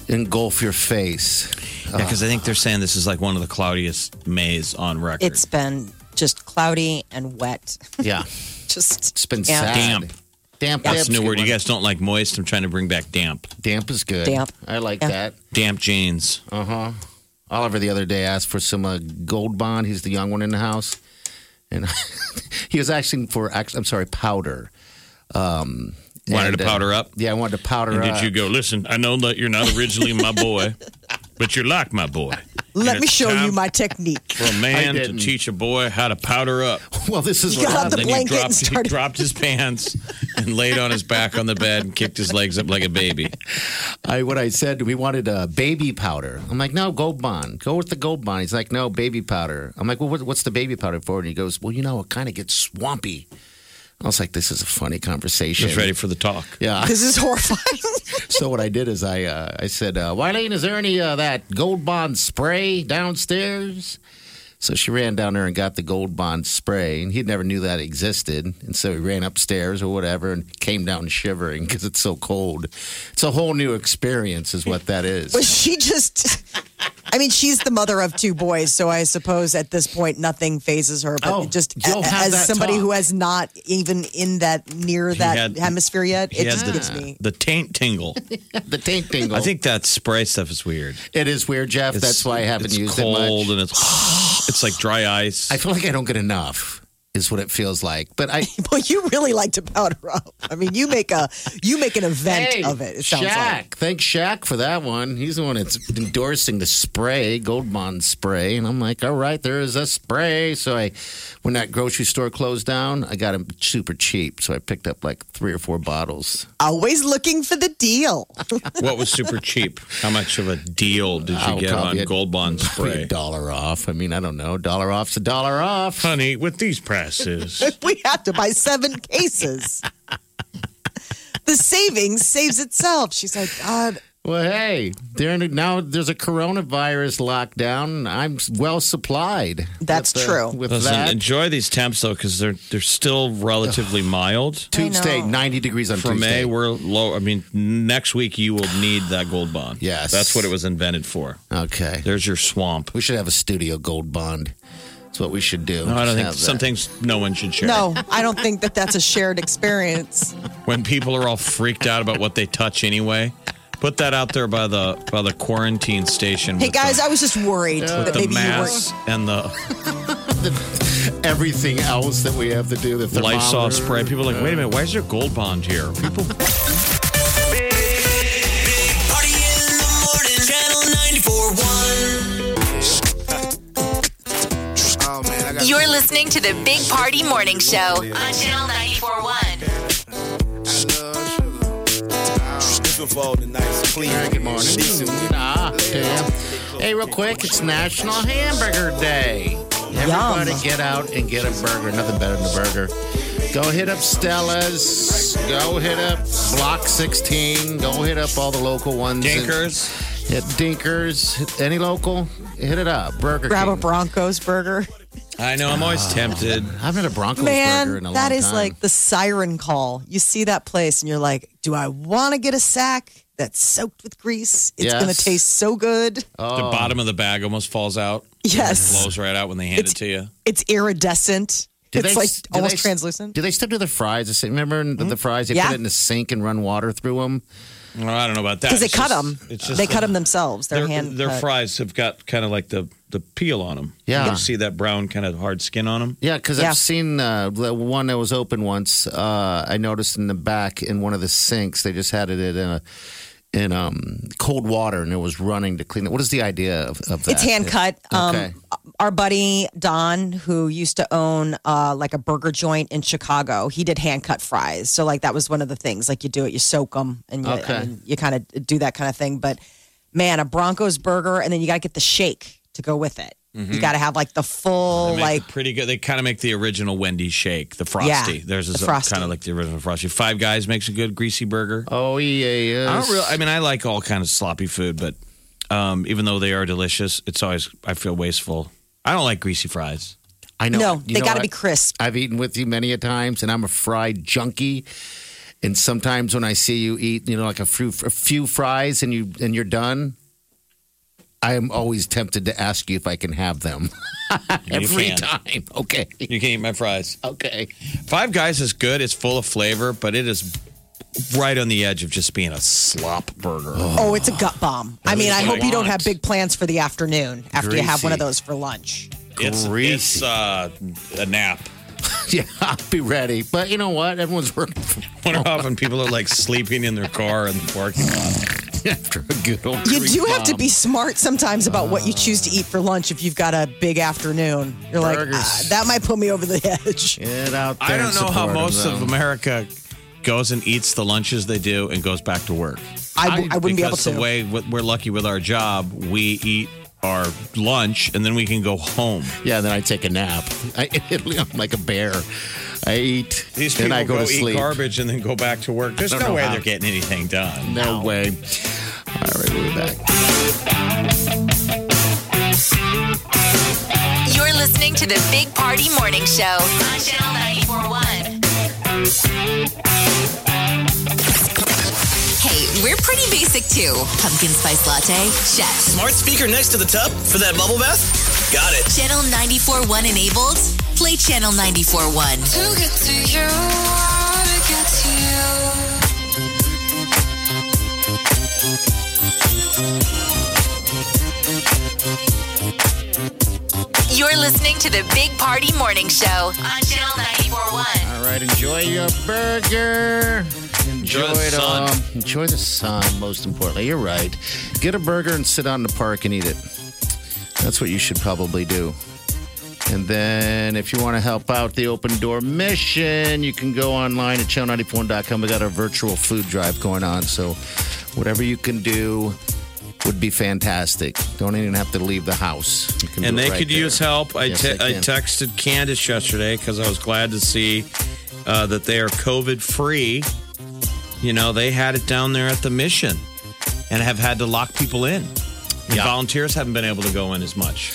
Speaker 6: engulf your face.
Speaker 5: Yeah, because I think they're saying this is like one of the cloudiest Mays on record.
Speaker 4: It's been just cloudy and wet.
Speaker 6: yeah,
Speaker 4: just
Speaker 6: it's been
Speaker 4: damp.
Speaker 6: sad.
Speaker 5: damp.
Speaker 6: Damp.
Speaker 5: That's
Speaker 6: damp's
Speaker 5: a new
Speaker 6: good
Speaker 5: word. You
Speaker 6: one.
Speaker 5: guys don't like moist. I'm trying to bring back damp.
Speaker 6: Damp is good.
Speaker 4: Damp.
Speaker 6: I like
Speaker 4: Yeah.
Speaker 6: that.
Speaker 5: Damp jeans.
Speaker 6: Uh huh. Oliver the other day asked for some uh, gold bond. He's the young one in the house, and he was asking for act- I'm sorry, powder. Um,
Speaker 5: Wanted
Speaker 6: and,
Speaker 5: to
Speaker 6: uh,
Speaker 5: powder up.
Speaker 6: yeah, I wanted to powder.
Speaker 5: And
Speaker 6: up.
Speaker 5: did you go? Listen, I know that you're not originally my boy, but you're like my boy.
Speaker 4: Let
Speaker 5: And
Speaker 4: me
Speaker 5: it's
Speaker 4: show you
Speaker 5: time
Speaker 4: my technique.
Speaker 5: For a man to
Speaker 6: didn't.
Speaker 5: teach a boy how to powder up.
Speaker 6: Well, this is
Speaker 4: You got out
Speaker 6: what
Speaker 4: the
Speaker 5: Uh, then
Speaker 6: happened.
Speaker 5: he
Speaker 4: blanket and
Speaker 5: dropped, he
Speaker 4: started.
Speaker 5: dropped his pants and laid on his back on the bed and kicked his legs up like a baby.
Speaker 6: I what I said. We wanted uh, baby powder. I'm like, no, gold bond. Go with the gold bond. He's like, no, baby powder. I'm like, well, what, what's the baby powder for? And he goes, well, you know, it kind of gets swampy. I was like, this is a funny conversation.
Speaker 5: Just ready for the talk.
Speaker 6: Yeah.
Speaker 4: This is horrifying.
Speaker 6: So what I did is I uh, I said, uh, Wileen, is there any uh, that Gold Bond spray downstairs? So she ran down there and got the Gold Bond spray, and he never knew that existed. And so he ran upstairs or whatever and came down shivering because it's so cold. It's a whole new experience, is what that is.
Speaker 4: Was she just? I mean, she's the mother of two boys, so I suppose at this point nothing phases her. But
Speaker 6: Oh,
Speaker 4: just
Speaker 6: you'll
Speaker 4: a-
Speaker 6: have
Speaker 4: as
Speaker 6: that
Speaker 4: somebody
Speaker 6: talk.
Speaker 4: who has not even in that near that
Speaker 5: had-
Speaker 4: hemisphere yet,
Speaker 5: He
Speaker 4: it
Speaker 5: had
Speaker 4: just
Speaker 5: the,
Speaker 4: gives me.
Speaker 5: the taint tingle.
Speaker 6: the taint tingle.
Speaker 5: I think that spray stuff is weird.
Speaker 6: it is weird, Jeff.
Speaker 5: It's-
Speaker 6: That's why I haven't
Speaker 5: it's
Speaker 6: used it much.
Speaker 5: cold and it's it's like dry ice.
Speaker 6: I feel like I don't get enough. Is what it feels like, but I
Speaker 4: Well, you really like to powder up. I mean, you make a you make an event
Speaker 6: Hey,
Speaker 4: of it. It sounds
Speaker 6: Shaq.
Speaker 4: like.
Speaker 6: Thanks, Shaq, for that one. He's the one that's endorsing the spray, Gold Bond spray. And I'm like, all right, there is a spray. So I, when that grocery store closed down, I got them super cheap. So I picked up like three or four bottles.
Speaker 4: Always looking for the deal.
Speaker 5: What was super cheap? How much of a deal did you
Speaker 6: Oh,
Speaker 5: get on
Speaker 6: probably a-
Speaker 5: Gold Bond
Speaker 6: Probably a
Speaker 5: spray?
Speaker 6: dollar off. I mean, I don't know. Dollar off's a dollar off.
Speaker 5: Honey, with these prices,
Speaker 4: we have to buy seven cases. the savings saves itself. She's like, God,
Speaker 6: Well, hey, there now there's a coronavirus lockdown. I'm well supplied.
Speaker 4: That's
Speaker 6: with the-
Speaker 4: true.
Speaker 6: With
Speaker 5: Listen,
Speaker 6: that,
Speaker 5: enjoy these temps though, because they're they're still relatively mild.
Speaker 6: Tuesday, 90 degrees on
Speaker 5: For
Speaker 6: Tuesday.
Speaker 5: May, we're low. I mean, next week you will need that Gold Bond.
Speaker 6: Yes.
Speaker 5: that's what it was invented for.
Speaker 6: Okay.
Speaker 5: There's your swamp.
Speaker 6: We should have a studio gold bond. That's what we should do.
Speaker 5: No, I
Speaker 6: Just
Speaker 5: don't think
Speaker 6: have that.
Speaker 5: some things no one should share.
Speaker 4: no, I don't think that that's a shared experience.
Speaker 5: When people are all freaked out about what they touch anyway, put that out there by the by the quarantine station.
Speaker 4: Hey
Speaker 5: with
Speaker 4: guys,
Speaker 5: the,
Speaker 4: I was just worried that
Speaker 5: with the
Speaker 4: maybe
Speaker 5: mass and the
Speaker 6: everything else that we have to do. The thermometer.
Speaker 5: Lysol spray. People are like, wait a minute, why is there Gold Bond here? People
Speaker 2: Party in the morning. Channel 94.1.
Speaker 3: You're listening to the Big Party Morning Show on Channel 941.
Speaker 6: Good morning. Ah, damn. Hey, real quick, it's National Hamburger Day. Everybody get out and get a burger. Nothing better than a burger. Go hit up Stella's. Go hit up Block 16. Go hit up all the local ones.
Speaker 5: Dinkers.
Speaker 6: Hit Dinkers. Any local, hit it up. Burger
Speaker 4: Grab a
Speaker 6: King.
Speaker 4: Broncos burger.
Speaker 5: I know. I'm
Speaker 6: Ah.
Speaker 5: always tempted.
Speaker 6: I've had a Broncos burger
Speaker 4: Man,
Speaker 6: in a
Speaker 4: that
Speaker 6: long
Speaker 4: is
Speaker 6: time.
Speaker 4: like the siren call. You see that place and you're like, do I want to get a sack that's soaked with grease? It's
Speaker 5: Yes. Oh,
Speaker 4: going to taste so good.
Speaker 5: The
Speaker 6: Oh.
Speaker 5: bottom of the bag almost falls out.
Speaker 4: Yes.
Speaker 5: Blows right out when they hand
Speaker 4: It's-
Speaker 5: it to you.
Speaker 4: It's iridescent.
Speaker 6: Do
Speaker 4: it's
Speaker 6: they-
Speaker 4: like
Speaker 6: do
Speaker 4: almost
Speaker 6: they-
Speaker 4: translucent.
Speaker 6: Do they still do the fries? the same- Remember in the- the fries? They
Speaker 4: Hmm? Yeah.
Speaker 6: put it in the sink and run water through them.
Speaker 5: Well, I don't know about that.
Speaker 4: Because they
Speaker 5: It's
Speaker 4: cut
Speaker 5: just-
Speaker 4: them.
Speaker 5: It's just
Speaker 4: they cut them themselves. They're hand
Speaker 5: their
Speaker 4: cut.
Speaker 5: fries have got kind of like the the peel on them.
Speaker 6: Yeah.
Speaker 5: you see that brown kind of hard skin on them.
Speaker 6: Yeah, because
Speaker 4: Yeah.
Speaker 6: I've seen uh, the one that was open once. Uh, I noticed in the back in one of the sinks, they just had it in a in um, cold water and it was running to clean it. What is the idea of, of that?
Speaker 4: It's hand cut. Um,
Speaker 6: Okay.
Speaker 4: Our buddy Don, who used to own uh, like a burger joint in Chicago, he did hand cut fries. So like that was one of the things. Like you do it, you soak them, and you, I
Speaker 6: Okay.
Speaker 4: mean, you kind of do that kind of thing. But man, a Broncos burger, and then you got to get the shake to go with it.
Speaker 6: Mm-hmm.
Speaker 4: You got to have like the full
Speaker 5: They make
Speaker 4: like.
Speaker 5: it pretty good. They kind of make the original Wendy's shake, the frosty.
Speaker 4: Yeah,
Speaker 5: Theirs is
Speaker 4: the Frosty.
Speaker 5: kind of like the original frosty. Five Guys makes a good greasy burger.
Speaker 6: Oh yeah, yeah.
Speaker 5: I don't really. I mean, I like all kind of sloppy food, but um, even though they are delicious, it's always I feel wasteful. I don't like greasy fries.
Speaker 6: I know.
Speaker 4: no,
Speaker 6: You
Speaker 4: they
Speaker 6: know,
Speaker 4: got to
Speaker 6: I-
Speaker 4: be crisp.
Speaker 6: I've eaten with you many a times, and I'm a fried junkie. And sometimes when I see you eat, you know, like a few, a few fries, and you and you're done, I am always tempted to ask you if I can have them every
Speaker 5: can.
Speaker 6: time. Okay,
Speaker 5: You can eat my fries.
Speaker 6: okay.
Speaker 5: Five Guys is good. It's full of flavor, but it is right on the edge of just being a slop burger.
Speaker 4: Oh, it's a gut bomb. I mean, I
Speaker 5: is what
Speaker 4: hope
Speaker 5: I
Speaker 4: you don't
Speaker 5: want.
Speaker 4: have big plans for the afternoon after you have one of
Speaker 6: Greasy.
Speaker 4: those for lunch.
Speaker 5: it's
Speaker 6: greasy.
Speaker 5: it's uh, a nap.
Speaker 6: Yeah, I'll be ready. But you know what? Everyone's working from
Speaker 5: wonder how often people are like sleeping in their car in the parking lot.
Speaker 6: after a good old.
Speaker 4: You
Speaker 6: Greek
Speaker 4: do have to
Speaker 6: bomb.
Speaker 4: be smart sometimes about what you choose to eat for lunch if you've got a big afternoon. You're like,
Speaker 6: Burgers.
Speaker 4: ah, that might put me over the edge.
Speaker 6: Get out there
Speaker 5: I don't
Speaker 6: and
Speaker 5: know how
Speaker 6: support 'em,
Speaker 5: most
Speaker 6: though.
Speaker 5: of America goes and eats the lunches they do and goes back to work.
Speaker 4: I, w- I wouldn't be able
Speaker 5: because
Speaker 4: to.
Speaker 5: the way w- we're lucky with our job, we eat our lunch and then we can go home.
Speaker 6: Yeah, then I take a nap. I, I'm like a bear. I eat
Speaker 5: These people
Speaker 6: and I go,
Speaker 5: go,
Speaker 6: to
Speaker 5: eat
Speaker 6: sleep.
Speaker 5: garbage and then go back to work. There's
Speaker 6: I don't
Speaker 5: no
Speaker 6: know
Speaker 5: way
Speaker 6: how.
Speaker 5: they're getting anything done.
Speaker 6: No way. All right, we'll be back.
Speaker 3: You're listening to the Big Party Morning Show on Channel 941. Hey, we're pretty basic too. Pumpkin spice latte, chef.
Speaker 2: Smart speaker next to the tub for that bubble bath? Got it.
Speaker 3: Channel 941 enabled. Play Channel 941.
Speaker 10: To get to you, to get to you.
Speaker 3: You're listening to the Big Party Morning Show on Channel 941.
Speaker 6: All right, enjoy your burger. Enjoy,
Speaker 5: Enjoy the
Speaker 6: it
Speaker 5: sun.
Speaker 6: all. Enjoy the sun, most importantly. You're right. Get a burger and sit out in the park and eat it. That's what you should probably do. And then, if you want to help out the Open Door Mission, you can go online at channel94.com. We got our virtual food drive going on. So, whatever you can do would be fantastic. Don't even have to leave the house. You can
Speaker 5: and
Speaker 6: do it
Speaker 5: they
Speaker 6: right
Speaker 5: could use
Speaker 6: there.
Speaker 5: help. I,
Speaker 6: Yes,
Speaker 5: te-
Speaker 6: they
Speaker 5: I
Speaker 6: can.
Speaker 5: texted Candace yesterday because I was glad to see uh, that they are COVID free. You know, they had it down there at the mission and have had to lock people in. And
Speaker 6: Yeah.
Speaker 5: Volunteers haven't been able to go in as much.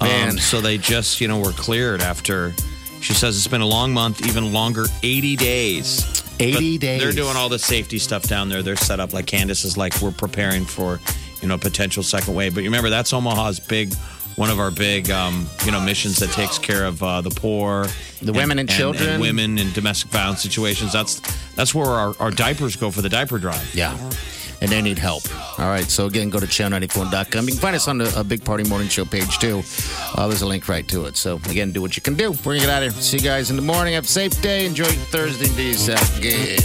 Speaker 5: Um,
Speaker 6: Man.
Speaker 5: so they just, you know, were cleared after. She says it's been a long month, even longer, 80 days.
Speaker 6: 80
Speaker 5: But
Speaker 6: days.
Speaker 5: They're doing all the safety stuff down there. They're set up like Candace is like, we're preparing for, you know, potential second wave. But you remember, that's Omaha's big, one of our big, um, you know, missions that takes care of uh, the poor,
Speaker 6: The women and children.
Speaker 5: and women in domestic violence situations. That's that's where our, our diapers go for the diaper drive.
Speaker 6: Yeah. And they need help. All right. So, again, go to channel94.com. You can find us on the uh, Big Party Morning Show page, too. Uh, there's a link right to it. So, again, do what you can do. We're going to get out of here. See you guys in the morning. Have a safe day. Enjoy your Thursday. Be yourself. Good.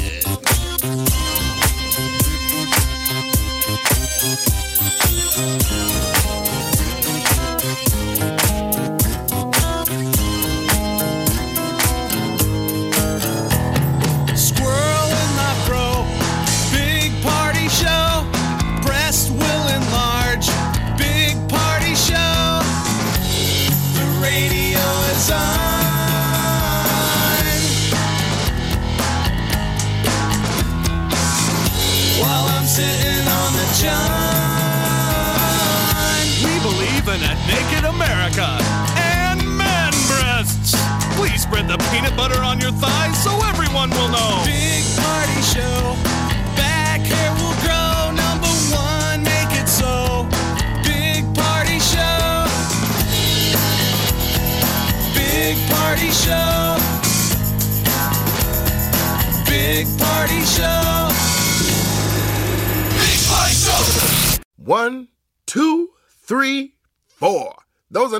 Speaker 13: Naked America and man breasts. Please spread the peanut butter on your thighs so everyone will know.
Speaker 14: Big party show. Back hair will grow. Number one, make it so. Big party show. Big party show. Big party show. Big party show.
Speaker 15: One, two, three, four. Those are